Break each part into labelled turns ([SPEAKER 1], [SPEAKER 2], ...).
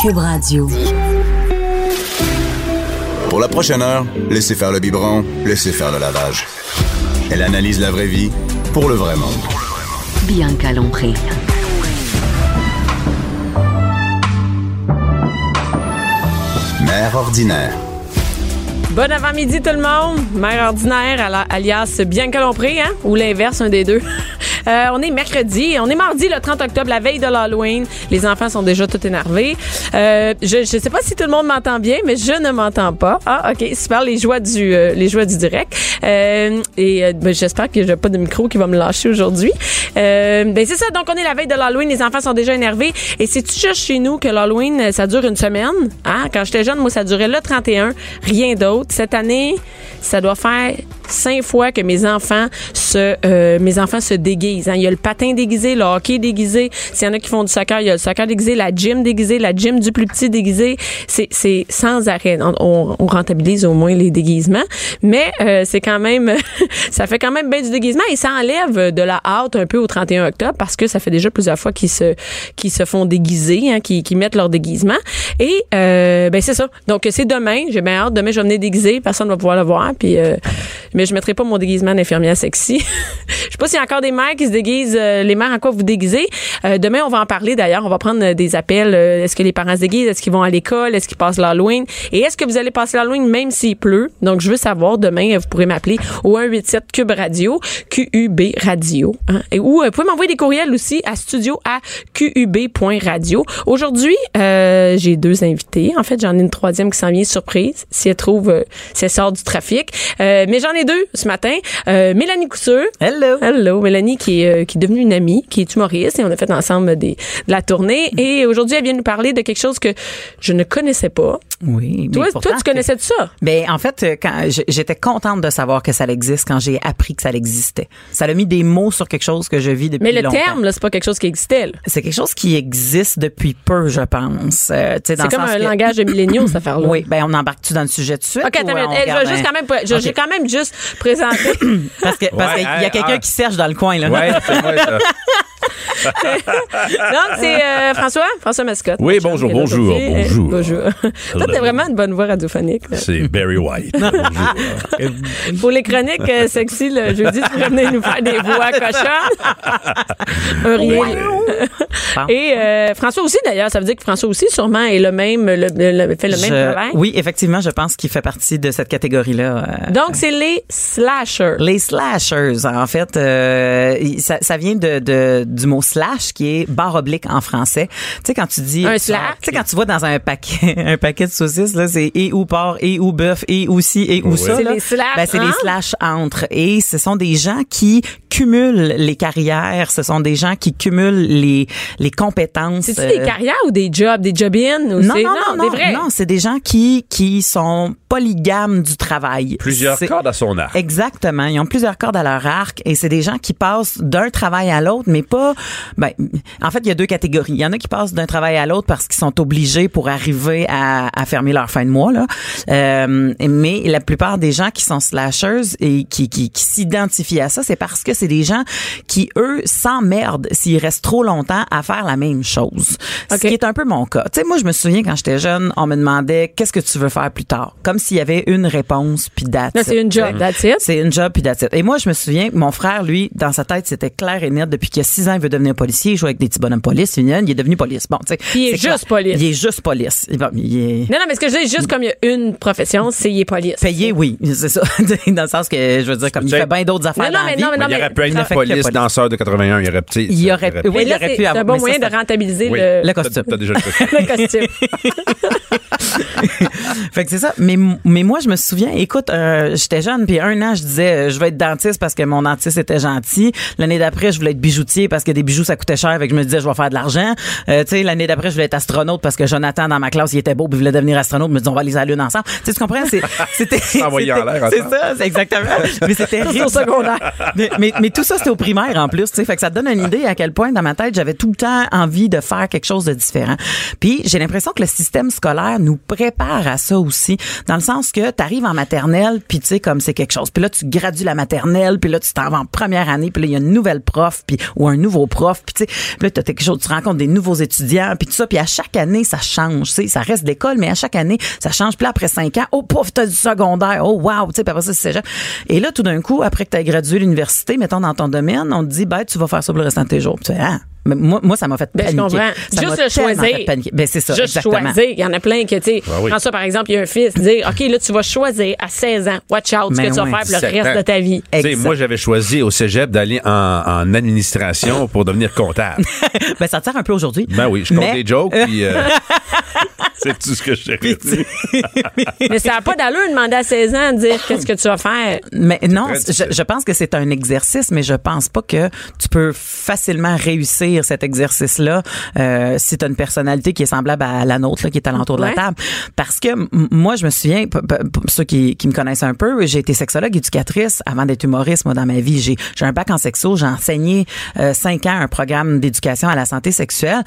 [SPEAKER 1] Cube Radio.
[SPEAKER 2] Pour la prochaine heure, laissez faire le biberon, laissez faire le lavage. Elle analyse la vraie vie pour le vrai monde.
[SPEAKER 1] Bianca Lompré.
[SPEAKER 2] Mère ordinaire.
[SPEAKER 3] Bon avant-midi tout le monde, mère ordinaire à la- alias Bianca Lompré, hein? ou l'inverse, un des deux. Euh, on est mercredi, on est mardi le 30 octobre, la veille de l'Halloween. Les enfants sont déjà tout énervés. Euh, je ne sais pas si tout le monde m'entend bien, mais je ne m'entends pas. Ah, ok, super, les joies du euh, les joies du direct. Euh, et euh, ben, j'espère que j'ai pas de micro qui va me lâcher aujourd'hui. Euh, ben c'est ça, donc on est la veille de l'Halloween, les enfants sont déjà énervés. Et c'est tu juste chez nous que l'Halloween euh, ça dure une semaine. Hein? Quand j'étais jeune, moi ça durait le 31, rien d'autre. Cette année, ça doit faire cinq fois que mes enfants se euh, mes enfants se déguisent. hein. Il y a le patin déguisé, le hockey déguisé. S'il y en a qui font du soccer, il y a le soccer déguisé, la gym déguisée, la gym du plus petit déguisé. C'est c'est sans arrêt. On, on- on rentabilise au moins les déguisements, mais euh, c'est quand même ça fait quand même bien du déguisement et ça enlève de la hâte un peu au 31 octobre parce que ça fait déjà plusieurs fois qu'ils se qu'ils se font déguiser, hein, qu'ils qu'ils mettent leur déguisement et euh, ben c'est ça. Donc c'est demain, j'ai bien hâte demain je vais venir déguiser, personne va pouvoir le voir puis euh, mais je mettrai pas mon déguisement d'infirmière sexy. je sais pas s'il y a encore des mères qui se déguisent euh, les mères en quoi vous déguisez. Euh, demain on va en parler d'ailleurs, on va prendre euh, des appels Euh, est-ce que les parents se déguisent, est-ce qu'ils vont à l'école, est-ce qu'ils passent l'Halloween et est-ce que vous allez passer l'Halloween même s'il pleut Donc je veux savoir demain euh, vous pourrez m'appeler au 187 Cube Radio, QUB Radio hein. et ou euh, vous pouvez m'envoyer des courriels aussi à studio à qub.radio. Aujourd'hui, euh, j'ai deux invités. En fait, j'en ai une troisième qui s'en vient surprise si elle trouve euh, si elle sort du trafic. Euh, mais j'en ai deux ce matin. Euh, Mélanie Cousseux.
[SPEAKER 4] Hello.
[SPEAKER 3] Hello, Mélanie qui est, euh, qui est devenue une amie, qui est humoriste et on a fait ensemble des, de la tournée.
[SPEAKER 4] Mm-hmm.
[SPEAKER 3] Et aujourd'hui, elle vient nous parler de quelque chose que je ne connaissais pas.
[SPEAKER 4] Oui. mais
[SPEAKER 3] Toi,
[SPEAKER 4] pourtant,
[SPEAKER 3] toi tu connaissais de ça?
[SPEAKER 4] Ben, en fait, euh, quand j- j'étais contente de savoir que ça existe quand j'ai appris que ça existait. Ça a mis des mots sur quelque chose que je vis depuis
[SPEAKER 3] Mais le
[SPEAKER 4] longtemps.
[SPEAKER 3] terme, là, c'est pas quelque chose qui existait. là.
[SPEAKER 4] c'est quelque chose qui existe depuis peu, je pense. Euh, tu sais,
[SPEAKER 3] C'est
[SPEAKER 4] dans le
[SPEAKER 3] comme
[SPEAKER 4] sens
[SPEAKER 3] un
[SPEAKER 4] que-
[SPEAKER 3] langage de milléniaux, cette affaire-là.
[SPEAKER 4] Oui, ben on embarque-tu dans le sujet tout de suite?
[SPEAKER 3] OK, attends,
[SPEAKER 4] ou,
[SPEAKER 3] une
[SPEAKER 4] euh,
[SPEAKER 3] minute. Eh,
[SPEAKER 4] on
[SPEAKER 3] je
[SPEAKER 4] garde
[SPEAKER 3] vais
[SPEAKER 4] un-
[SPEAKER 3] juste quand même, pas- je-
[SPEAKER 4] Ok.
[SPEAKER 3] j'ai quand même juste présenté.
[SPEAKER 4] Parce que parce
[SPEAKER 5] Ouais,
[SPEAKER 4] qu'il y a
[SPEAKER 5] hey,
[SPEAKER 4] quelqu'un
[SPEAKER 5] ah.
[SPEAKER 4] qui cherche dans le coin là.
[SPEAKER 5] Ouais, c'est moi, ça.
[SPEAKER 3] Donc, c'est euh, François, François Mascotte.
[SPEAKER 5] Oui,
[SPEAKER 3] Mon chum
[SPEAKER 5] bonjour,
[SPEAKER 3] qui est là aujourd'hui.
[SPEAKER 5] bonjour,
[SPEAKER 3] Eh,
[SPEAKER 5] bonjour.
[SPEAKER 3] bonjour. Toi, t'as vraiment une bonne voix radiophonique. là.
[SPEAKER 5] C'est Barry White. Bonjour.
[SPEAKER 3] Pour les chroniques euh, sexy, le jeudi, tu pourrais venir nous faire des voix cochonnes. Un rien.
[SPEAKER 4] Bon.
[SPEAKER 3] Et euh, François aussi, d'ailleurs. Ça veut dire que François aussi, sûrement, est le même, le- le- fait le même
[SPEAKER 4] Je-
[SPEAKER 3] travail.
[SPEAKER 4] oui, effectivement, je pense qu'il fait partie de cette catégorie-là. euh,
[SPEAKER 3] Donc, c'est les slashers.
[SPEAKER 4] Les slashers, en fait, euh, il- ça, ça vient de, de- du mot slash qui est barre oblique en français. Tu sais quand tu dis
[SPEAKER 3] Un slash.
[SPEAKER 4] Tu sais quand tu vois dans un paquet un paquet de saucisses là, c'est et ou porc et ou bœuf et ou ci et ou
[SPEAKER 5] Ouais.
[SPEAKER 4] ça.
[SPEAKER 3] C'est
[SPEAKER 4] là.
[SPEAKER 3] les slash,
[SPEAKER 4] Ben, c'est
[SPEAKER 3] hein?
[SPEAKER 4] les slash entre et ce sont des gens qui cumulent les carrières, ce sont des gens qui cumulent les les compétences.
[SPEAKER 3] C'est-tu des
[SPEAKER 4] euh,
[SPEAKER 3] carrières ou des jobs, des job-in? ou
[SPEAKER 4] non,
[SPEAKER 3] c'est-
[SPEAKER 4] non, non,
[SPEAKER 3] des
[SPEAKER 4] non,
[SPEAKER 3] vrais.
[SPEAKER 4] non, c'est des gens qui qui sont polygames du travail.
[SPEAKER 5] Plusieurs
[SPEAKER 4] C'est-
[SPEAKER 5] cordes à son arc.
[SPEAKER 4] Exactement. Ils ont plusieurs cordes à leur arc et c'est des gens qui passent d'un travail à l'autre, mais pas. Ben, en fait, il y a deux catégories. Il y en a qui passent d'un travail à l'autre parce qu'ils sont obligés pour arriver à, à fermer leur fin de mois. Là. Euh, mais la plupart des gens qui sont slashers et qui, qui, qui s'identifient à ça, c'est parce que c'est des gens qui, eux, s'emmerdent s'ils restent trop longtemps à faire la même chose.
[SPEAKER 3] Ok.
[SPEAKER 4] Ce qui est un peu mon cas. Tu sais, moi, je me souviens quand j'étais jeune, on me demandait qu'est-ce que tu veux faire plus tard, comme s'il y avait une réponse puis date.
[SPEAKER 3] Non, c'est une job, that's it.
[SPEAKER 4] C'est une job puis that's it. Et moi, je me souviens, que mon frère, lui, dans sa tête, c'était clair et net depuis qu'il a six ans, il veut devenir policier. Il joue avec des petits bonhommes police, une, il est devenu police. Bon, tu sais.
[SPEAKER 3] Il est
[SPEAKER 4] c'est
[SPEAKER 3] juste police.
[SPEAKER 4] Il est juste police. Il va- il est-
[SPEAKER 3] Non, non, mais ce que je dis, juste comme il y a une profession, c'est il est police.
[SPEAKER 4] Payé, oui, c'est ça. dans le sens que, je veux dire, comme il
[SPEAKER 5] Tu sais-
[SPEAKER 4] fait bien d'autres
[SPEAKER 3] Non,
[SPEAKER 4] affaires
[SPEAKER 3] non,
[SPEAKER 4] dans la
[SPEAKER 3] mais
[SPEAKER 4] vie.
[SPEAKER 3] non, mais non,
[SPEAKER 5] il
[SPEAKER 3] mais
[SPEAKER 5] aurait peut être
[SPEAKER 4] Ne
[SPEAKER 5] une
[SPEAKER 4] fait que la
[SPEAKER 5] police
[SPEAKER 4] police.
[SPEAKER 5] danseur de 81. Il aurait, tu sais,
[SPEAKER 4] Il
[SPEAKER 5] ça-
[SPEAKER 4] aurait- oui,
[SPEAKER 3] Mais
[SPEAKER 4] il
[SPEAKER 3] là,
[SPEAKER 4] aurait
[SPEAKER 3] c'est
[SPEAKER 4] pu
[SPEAKER 3] c'est un
[SPEAKER 4] avoir-
[SPEAKER 3] bon
[SPEAKER 4] mais ça,
[SPEAKER 3] moyen
[SPEAKER 4] c'est-
[SPEAKER 3] de rentabiliser
[SPEAKER 5] Oui.
[SPEAKER 3] le,
[SPEAKER 4] Le costume.
[SPEAKER 5] T'as- T'as déjà le costume.
[SPEAKER 3] le costume.
[SPEAKER 4] Fait que c'est ça. Mais, m- mais moi, je me souviens, écoute, euh, j'étais jeune, puis un an, je disais, euh, je vais être dentiste parce que mon dentiste était gentil. L'année d'après, je voulais être bijoutier parce que des bijoux, ça coûtait cher. Fait que je me disais, je vais faire de l'argent. Euh, tu sais, l'année d'après, je voulais être astronaute parce que Jonathan, dans ma classe, il était beau, puis il voulait devenir astronaute. Je me disais, on va aller à la Lune ensemble. Tu sais, tu comprends? C'est- C'était.
[SPEAKER 5] S'envoyer en
[SPEAKER 4] c'était-
[SPEAKER 5] l'air
[SPEAKER 4] C'est
[SPEAKER 5] ensemble.
[SPEAKER 4] ça, c'est exactement. Mais c'était
[SPEAKER 3] Tout
[SPEAKER 4] riche.
[SPEAKER 3] au secondaire.
[SPEAKER 4] Mais, mais, mais tout ça, c'était au primaire en plus. tu sais. Fait que ça te donne une idée à quel point, dans ma tête, j'avais tout le temps envie de faire quelque chose de différent. Puis j'ai l'impression que le système scolaire nous prépare à ça aussi, dans le sens que tu arrives en maternelle, puis tu sais, comme c'est quelque chose. Puis là, tu gradues la maternelle, puis là, tu t'en vas en première année, puis là, il y a une nouvelle prof, puis ou un nouveau prof, puis tu sais, puis là, t'as quelque chose, tu rencontres des nouveaux étudiants, puis tout ça. Puis à chaque année, ça change. tu sais. Ça reste l'école, mais à chaque année, ça change. Puis là, après cinq ans, oh, pouf, t'as du secondaire. Oh, wow, tu sais, puis après ça, c'est cégep. Et là, tout d'un coup, après que t'as gradué l'université, mettons, dans ton domaine, on te dit, ben, tu vas faire ça pour le restant de tes jours. Puis tu fais, ah, mais moi, moi, ça m'a fait
[SPEAKER 3] Ben, je
[SPEAKER 4] paniquer.
[SPEAKER 3] comprends.
[SPEAKER 4] Ça
[SPEAKER 3] Juste
[SPEAKER 4] m'a
[SPEAKER 3] le
[SPEAKER 4] tellement
[SPEAKER 3] choisir.
[SPEAKER 4] fait paniquer. Ben, c'est ça,
[SPEAKER 3] Juste
[SPEAKER 4] exactement.
[SPEAKER 3] choisir. Il y en a plein que, tu sais,
[SPEAKER 5] Ah oui.
[SPEAKER 3] François, par exemple, il y a un fils, dire, OK, là, tu vas choisir à 16 ans, watch out, ce
[SPEAKER 4] Mais
[SPEAKER 3] que tu vas
[SPEAKER 4] Ben ouais,
[SPEAKER 3] faire pour
[SPEAKER 5] 17
[SPEAKER 3] le reste
[SPEAKER 5] ans.
[SPEAKER 3] de ta vie.
[SPEAKER 5] Tu sais,
[SPEAKER 4] Exact.
[SPEAKER 5] moi, j'avais choisi au cégep d'aller en, en administration pour devenir comptable.
[SPEAKER 4] Ben, ça te sert un peu aujourd'hui.
[SPEAKER 5] Ben oui, je compte
[SPEAKER 4] Mais-
[SPEAKER 5] des jokes, puis euh, c'est tout ce que je sais.
[SPEAKER 3] Mais ça n'a pas d'allure de demander à 16 ans de dire qu'est-ce que tu vas faire.
[SPEAKER 4] Mais non,
[SPEAKER 5] très
[SPEAKER 4] je,
[SPEAKER 5] difficile.
[SPEAKER 4] je pense que c'est un exercice, mais je pense pas que tu peux facilement réussir cet exercice-là euh, si tu as une personnalité qui est semblable à la nôtre, là, qui est à l'entour de
[SPEAKER 3] Ouais.
[SPEAKER 4] la table. Parce que m- moi, je me souviens, p- p- p- ceux qui, qui me connaissent un peu, j'ai été sexologue, éducatrice avant d'être humoriste, moi, dans ma vie. J'ai j'ai un bac en sexo, j'ai enseigné euh, cinq ans un programme d'éducation à la santé sexuelle.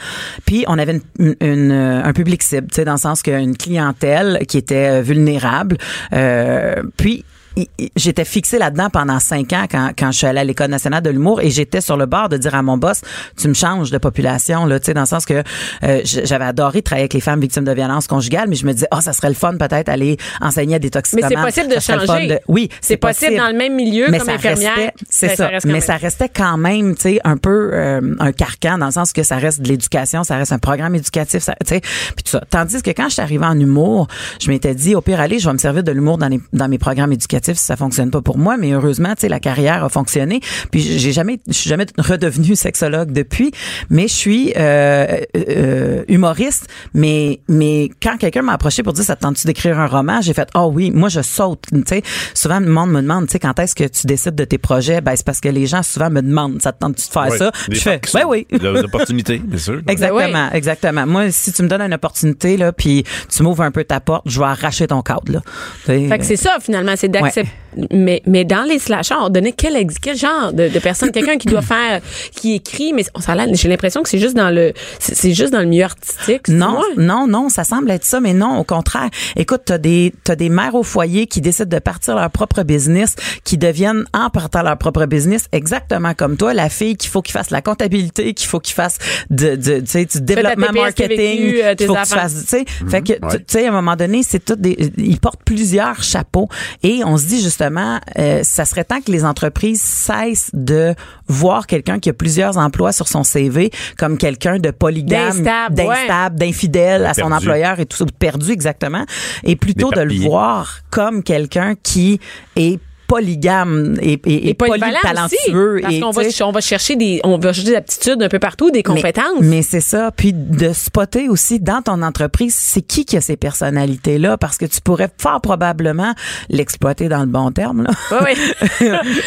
[SPEAKER 4] Puis, on avait une- une- une, euh, un public cible, tu sais, dans le sens qu'une clientèle qui était vulnérable. Euh, puis, il- il- j'étais fixée là-dedans pendant cinq ans quand, quand je suis allée à l'école nationale de l'humour et j'étais sur le bord de dire à mon boss tu me changes de population là tu sais dans le sens que euh, j- j'avais adoré travailler avec les femmes victimes de violences conjugales mais je me disais ah ça serait le fun peut-être aller enseigner à des
[SPEAKER 3] Mais
[SPEAKER 4] toxicomanes
[SPEAKER 3] c'est possible de
[SPEAKER 4] Ça serait le fun
[SPEAKER 3] changer.
[SPEAKER 4] de- oui
[SPEAKER 3] C'est possible dans le même milieu
[SPEAKER 4] mais
[SPEAKER 3] comme
[SPEAKER 4] ça
[SPEAKER 3] infirmière.
[SPEAKER 4] restait-
[SPEAKER 3] Ben,
[SPEAKER 4] c'est
[SPEAKER 3] ça
[SPEAKER 4] ça,
[SPEAKER 3] reste quand
[SPEAKER 4] mais
[SPEAKER 3] même.
[SPEAKER 4] ça restait quand même tu sais un peu euh, un carcan dans le sens que ça reste de l'éducation ça reste un programme éducatif ça, tu sais puis tout ça tandis que quand je suis arrivée en humour je m'étais dit au pire aller je vais me servir de l'humour dans, les- dans mes programmes éducatifs si ça fonctionne pas pour moi mais heureusement tu sais la carrière a fonctionné puis j'ai jamais je suis jamais redevenue sexologue depuis mais je suis euh, euh, humoriste mais mais quand quelqu'un m'a approché pour dire ça te tente-tu d'écrire un roman j'ai fait oh oui moi je saute tu sais souvent le monde me demande tu sais quand est-ce que tu décides de tes projets ben c'est parce que les gens souvent me demandent ça te tente-tu de faire ça Puis je fais ben oui
[SPEAKER 5] L'opportunité, bien sûr.
[SPEAKER 4] Exactement,
[SPEAKER 3] Ben
[SPEAKER 4] exactement. Moi, si tu me donnes une opportunité là, puis tu m'ouvres un peu ta porte, je vais arracher ton cadre là. Tu sais,
[SPEAKER 3] Fait que c'est ça, finalement, c'est d'accepter. Mais, mais dans les slashers, on donnait quel, ex- quel genre de, de personne? Quelqu'un qui doit faire, qui écrit, mais on s'en a- j'ai l'impression que c'est juste dans le, c'est c'est juste dans le milieu artistique.
[SPEAKER 4] Non,
[SPEAKER 3] c'est moi.
[SPEAKER 4] non, non, ça semble être ça, mais non, au contraire. Écoute, t'as des, t'as des mères au foyer qui décident de partir leur propre business, qui deviennent, en partant leur propre business, exactement comme toi, la fille qu'il faut qu'il fasse la comptabilité, qu'il faut qu'il fasse de, de, tu sais, du développement
[SPEAKER 3] TPS,
[SPEAKER 4] marketing,
[SPEAKER 3] TVQ, euh, tes
[SPEAKER 4] qu'il faut qu'il
[SPEAKER 3] affaires.
[SPEAKER 4] fasse, tu sais. Fait que,
[SPEAKER 5] ouais.
[SPEAKER 4] tu tu sais, à un moment donné, c'est tout des, ils portent plusieurs chapeaux. Et on se dit, justement, euh, ça serait temps que les entreprises cessent de voir quelqu'un qui a plusieurs emplois sur son CV comme quelqu'un de polygame,
[SPEAKER 3] D'instable, ouais.
[SPEAKER 4] d'instable, d'infidèle à son
[SPEAKER 5] Perdu.
[SPEAKER 4] employeur et tout ça, ou de perdu exactement, et plutôt de le
[SPEAKER 5] D'éparpillé.
[SPEAKER 4] voir comme quelqu'un qui est polygame et, et,
[SPEAKER 3] Et
[SPEAKER 4] et
[SPEAKER 3] polyvalent
[SPEAKER 4] polytalentueux.
[SPEAKER 3] aussi, parce
[SPEAKER 4] et,
[SPEAKER 3] qu'on va,
[SPEAKER 4] tu sais,
[SPEAKER 3] on va chercher des, on va chercher des aptitudes un peu partout, des
[SPEAKER 4] mais-
[SPEAKER 3] compétences.
[SPEAKER 4] Mais, c'est ça. Puis de spotter aussi dans ton entreprise, c'est qui qui a ces personnalités-là? Parce que tu pourrais fort probablement l'exploiter dans le bon terme, là.
[SPEAKER 3] Ouais,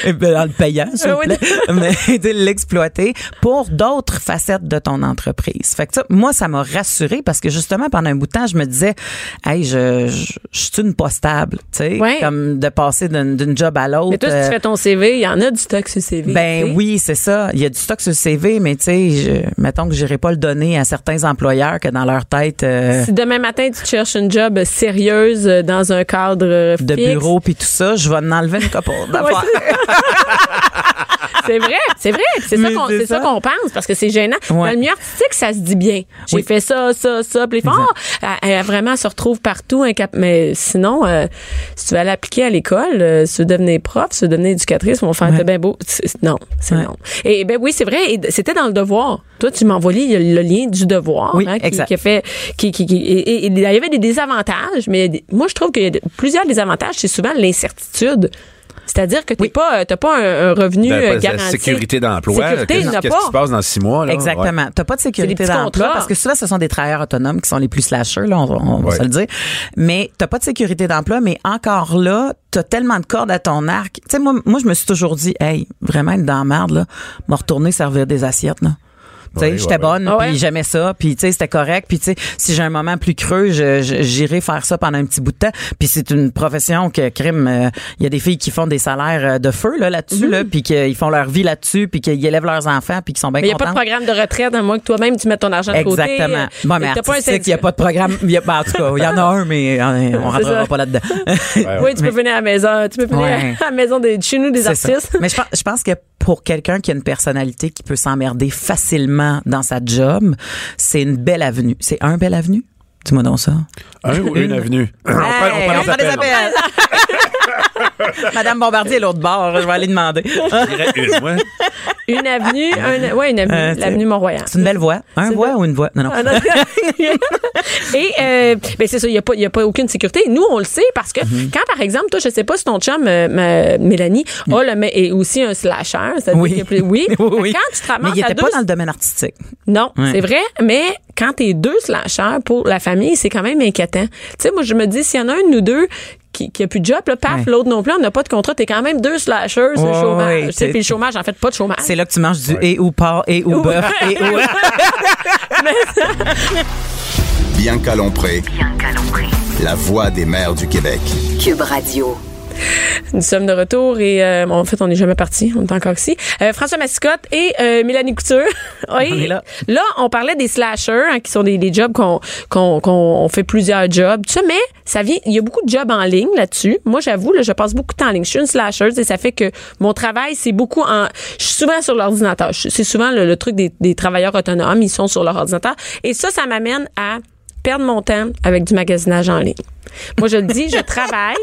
[SPEAKER 4] Eh ben, dans le payant, s'il vous
[SPEAKER 3] Ah Oui,
[SPEAKER 4] plaît. Mais tu sais, l'exploiter pour d'autres facettes de ton entreprise. Fait que ça, moi, ça m'a rassurée parce que justement, pendant un bout de temps, je me disais, hey, je, je, je suis une pas stable, tu sais,
[SPEAKER 3] Ouais.
[SPEAKER 4] comme de passer d'une d'une job à l'autre.
[SPEAKER 3] Mais toi, si
[SPEAKER 4] euh,
[SPEAKER 3] tu fais ton CV, il y en a du stock sur CV.
[SPEAKER 4] ben
[SPEAKER 3] tu sais.
[SPEAKER 4] oui, c'est ça. Il y a du stock sur le CV, mais tu sais, je- mettons que j'irai pas le donner à certains employeurs que dans leur tête euh,
[SPEAKER 3] Si demain matin, tu cherches une job sérieuse euh, dans un cadre euh,
[SPEAKER 4] de
[SPEAKER 3] fixe,
[SPEAKER 4] bureau puis tout ça, je vais en enlever une couple. d'affaires.
[SPEAKER 3] C'est vrai, c'est vrai. Puis C'est ça
[SPEAKER 4] Mais
[SPEAKER 3] qu'on
[SPEAKER 4] c'est
[SPEAKER 3] c'est ça
[SPEAKER 4] ça.
[SPEAKER 3] qu'on pense parce que c'est gênant. Dans
[SPEAKER 4] Ouais.
[SPEAKER 3] le milieu artistique, ça se dit bien. J'ai
[SPEAKER 4] Oui.
[SPEAKER 3] fait ça, ça, ça. Puis les gens, oh, elle, elle vraiment se retrouve partout. incap- Mais sinon, euh, si tu vas aller appliquer à l'école, euh, si tu veux devenir prof, si tu veux devenir éducatrice, mon faire
[SPEAKER 4] Ouais.
[SPEAKER 3] t'es bien beau. C'est- Non, c'est
[SPEAKER 4] Ouais.
[SPEAKER 3] non. Et ben oui, c'est vrai. Et d- C'était dans le devoir. Toi, tu m'as envoyé le, le lien du devoir. hein,
[SPEAKER 4] Oui,
[SPEAKER 3] qui,
[SPEAKER 4] exact.
[SPEAKER 3] qui a fait, qui, qui, qui- et- et- et il y avait des désavantages, mais moi, je trouve qu'il y a de- plusieurs désavantages. C'est souvent l'incertitude. C'est-à-dire que tu n'as pas, euh, t'as pas un, un revenu
[SPEAKER 5] Ben, La-
[SPEAKER 3] euh,
[SPEAKER 5] la
[SPEAKER 3] garanti.
[SPEAKER 5] sécurité d'emploi. là,
[SPEAKER 3] Sécurité, il
[SPEAKER 5] Qu'est-ce
[SPEAKER 3] n'y en a
[SPEAKER 5] qu'est-ce qui se
[SPEAKER 3] pas.
[SPEAKER 5] passe dans six mois? Là?
[SPEAKER 4] Exactement. T'as pas de
[SPEAKER 3] C'est
[SPEAKER 4] sécurité
[SPEAKER 3] des petits
[SPEAKER 4] d'emploi
[SPEAKER 3] contrats.
[SPEAKER 4] parce que souvent ce sont des travailleurs autonomes qui sont les plus slashers, là, on, va- on va
[SPEAKER 5] Ouais.
[SPEAKER 4] se le dire. Mais t'as pas de sécurité d'emploi, mais encore là, t'as tellement de cordes à ton arc. Tu sais, moi, moi, je me suis toujours dit, hey, vraiment être dans la merde, là, me retourner servir des assiettes, là. Tu sais,
[SPEAKER 5] Ouais,
[SPEAKER 4] j'étais
[SPEAKER 5] ouais,
[SPEAKER 4] bonne,
[SPEAKER 3] ouais. Ah ouais?
[SPEAKER 4] puis j'aimais ça, puis tu sais, c'était correct, puis tu sais, si j'ai un moment plus creux, je- je- j'irai faire ça pendant un petit bout de temps. Puis c'est une profession que crime, euh, il y a des filles qui font des salaires euh, de feu là là-dessus
[SPEAKER 3] Mm-hmm.
[SPEAKER 4] là, puis qu'ils font leur vie là-dessus, puis qu'ils élèvent leurs enfants, puis qu'ils sont bien
[SPEAKER 3] Mais il n'y a
[SPEAKER 4] contents.
[SPEAKER 3] pas de programme de retraite, à moins que toi-même, tu mettes ton argent de côté.
[SPEAKER 4] Exactement.
[SPEAKER 3] Euh,
[SPEAKER 4] Bon, mais
[SPEAKER 3] t'as pas un
[SPEAKER 4] artistique, il n'y a
[SPEAKER 3] syndicat.
[SPEAKER 4] pas de programme. il Y a, ben, en tout cas, il y en a un, mais euh, on ne rentrera
[SPEAKER 3] ça.
[SPEAKER 4] pas là-dedans.
[SPEAKER 5] Ah
[SPEAKER 3] Oui, tu peux venir à la maison. Tu peux venir
[SPEAKER 4] Ouais.
[SPEAKER 3] à la maison de chez nous des
[SPEAKER 4] C'est ça.
[SPEAKER 3] artistes.
[SPEAKER 4] Mais je pense, je pense que pour quelqu'un qui a une personnalité qui peut s'emmerder facilement dans sa job, c'est une belle avenue. C'est un bel avenue? Dis-moi donc ça.
[SPEAKER 5] Un ou une avenue? on prend,
[SPEAKER 4] Hey,
[SPEAKER 5] on prend les appels.
[SPEAKER 4] Madame Bombardier est l'autre bord. Je vais aller demander.
[SPEAKER 5] Je dirais une, ouais.
[SPEAKER 3] Une avenue, un, ouais, une avenue,
[SPEAKER 4] Euh, c'est-
[SPEAKER 3] l'avenue Mont-Royal.
[SPEAKER 4] C'est une belle voix. Un
[SPEAKER 3] C'est
[SPEAKER 4] voix
[SPEAKER 3] une-
[SPEAKER 4] ou une voix? Non, non.
[SPEAKER 3] Ah, non. Et euh, ben c'est ça, il n'y a, pas- y a pas aucune sécurité. Nous, on le sait parce que
[SPEAKER 4] Mm-hmm.
[SPEAKER 3] quand, par exemple, toi, je sais pas si ton chum, euh, ma- Mélanie, a le, mais- est aussi un slasher. c'est-à-dire
[SPEAKER 4] Mm. Oui.
[SPEAKER 3] qu'il y a plus- oui. Quand tu te
[SPEAKER 4] Mais
[SPEAKER 3] ramasses
[SPEAKER 4] il
[SPEAKER 3] à
[SPEAKER 4] n'était
[SPEAKER 3] deux,
[SPEAKER 4] pas dans le domaine artistique.
[SPEAKER 3] Non,
[SPEAKER 4] Ouais.
[SPEAKER 3] c'est vrai, mais quand t'es deux slashers pour la famille, c'est quand même inquiétant. Tu sais, moi, je me dis, s'il y en a un de nous deux qui, qui a plus de job, là, paf,
[SPEAKER 4] Ouais.
[SPEAKER 3] l'autre non plus, on n'a pas de contrat, t'es quand même deux slashers sur le
[SPEAKER 4] Ouais,
[SPEAKER 3] chômage.
[SPEAKER 4] ouais,
[SPEAKER 3] Tu sais,
[SPEAKER 4] t'es-
[SPEAKER 3] puis le chômage, en fait, pas de chômage.
[SPEAKER 4] C'est là que tu manges du et ou porc, et ou bœuf, et ou...
[SPEAKER 2] Bianca Lompré,
[SPEAKER 1] Bianca Lompré.
[SPEAKER 2] la voix des mères du Québec.
[SPEAKER 1] Cube Radio.
[SPEAKER 3] Nous sommes de retour et euh, en fait, on n'est jamais parti, on est encore ici. Euh, François Massicotte et euh, Mélanie Couture. Oui.
[SPEAKER 4] On est là.
[SPEAKER 3] Là, on parlait des slashers, hein, qui sont des, des jobs qu'on qu'on qu'on on fait plusieurs jobs, tout ça, mais ça vient, il y a beaucoup de jobs en ligne là-dessus. Moi, j'avoue, là, je passe beaucoup de temps en ligne. Je suis une slasheuse et ça fait que mon travail, c'est beaucoup en. Je suis souvent sur l'ordinateur. Je- C'est souvent le, le truc des, des travailleurs autonomes, ils sont sur leur ordinateur. Et ça, ça m'amène à perdre mon temps avec du magasinage en ligne. Moi, je le dis, je travaille.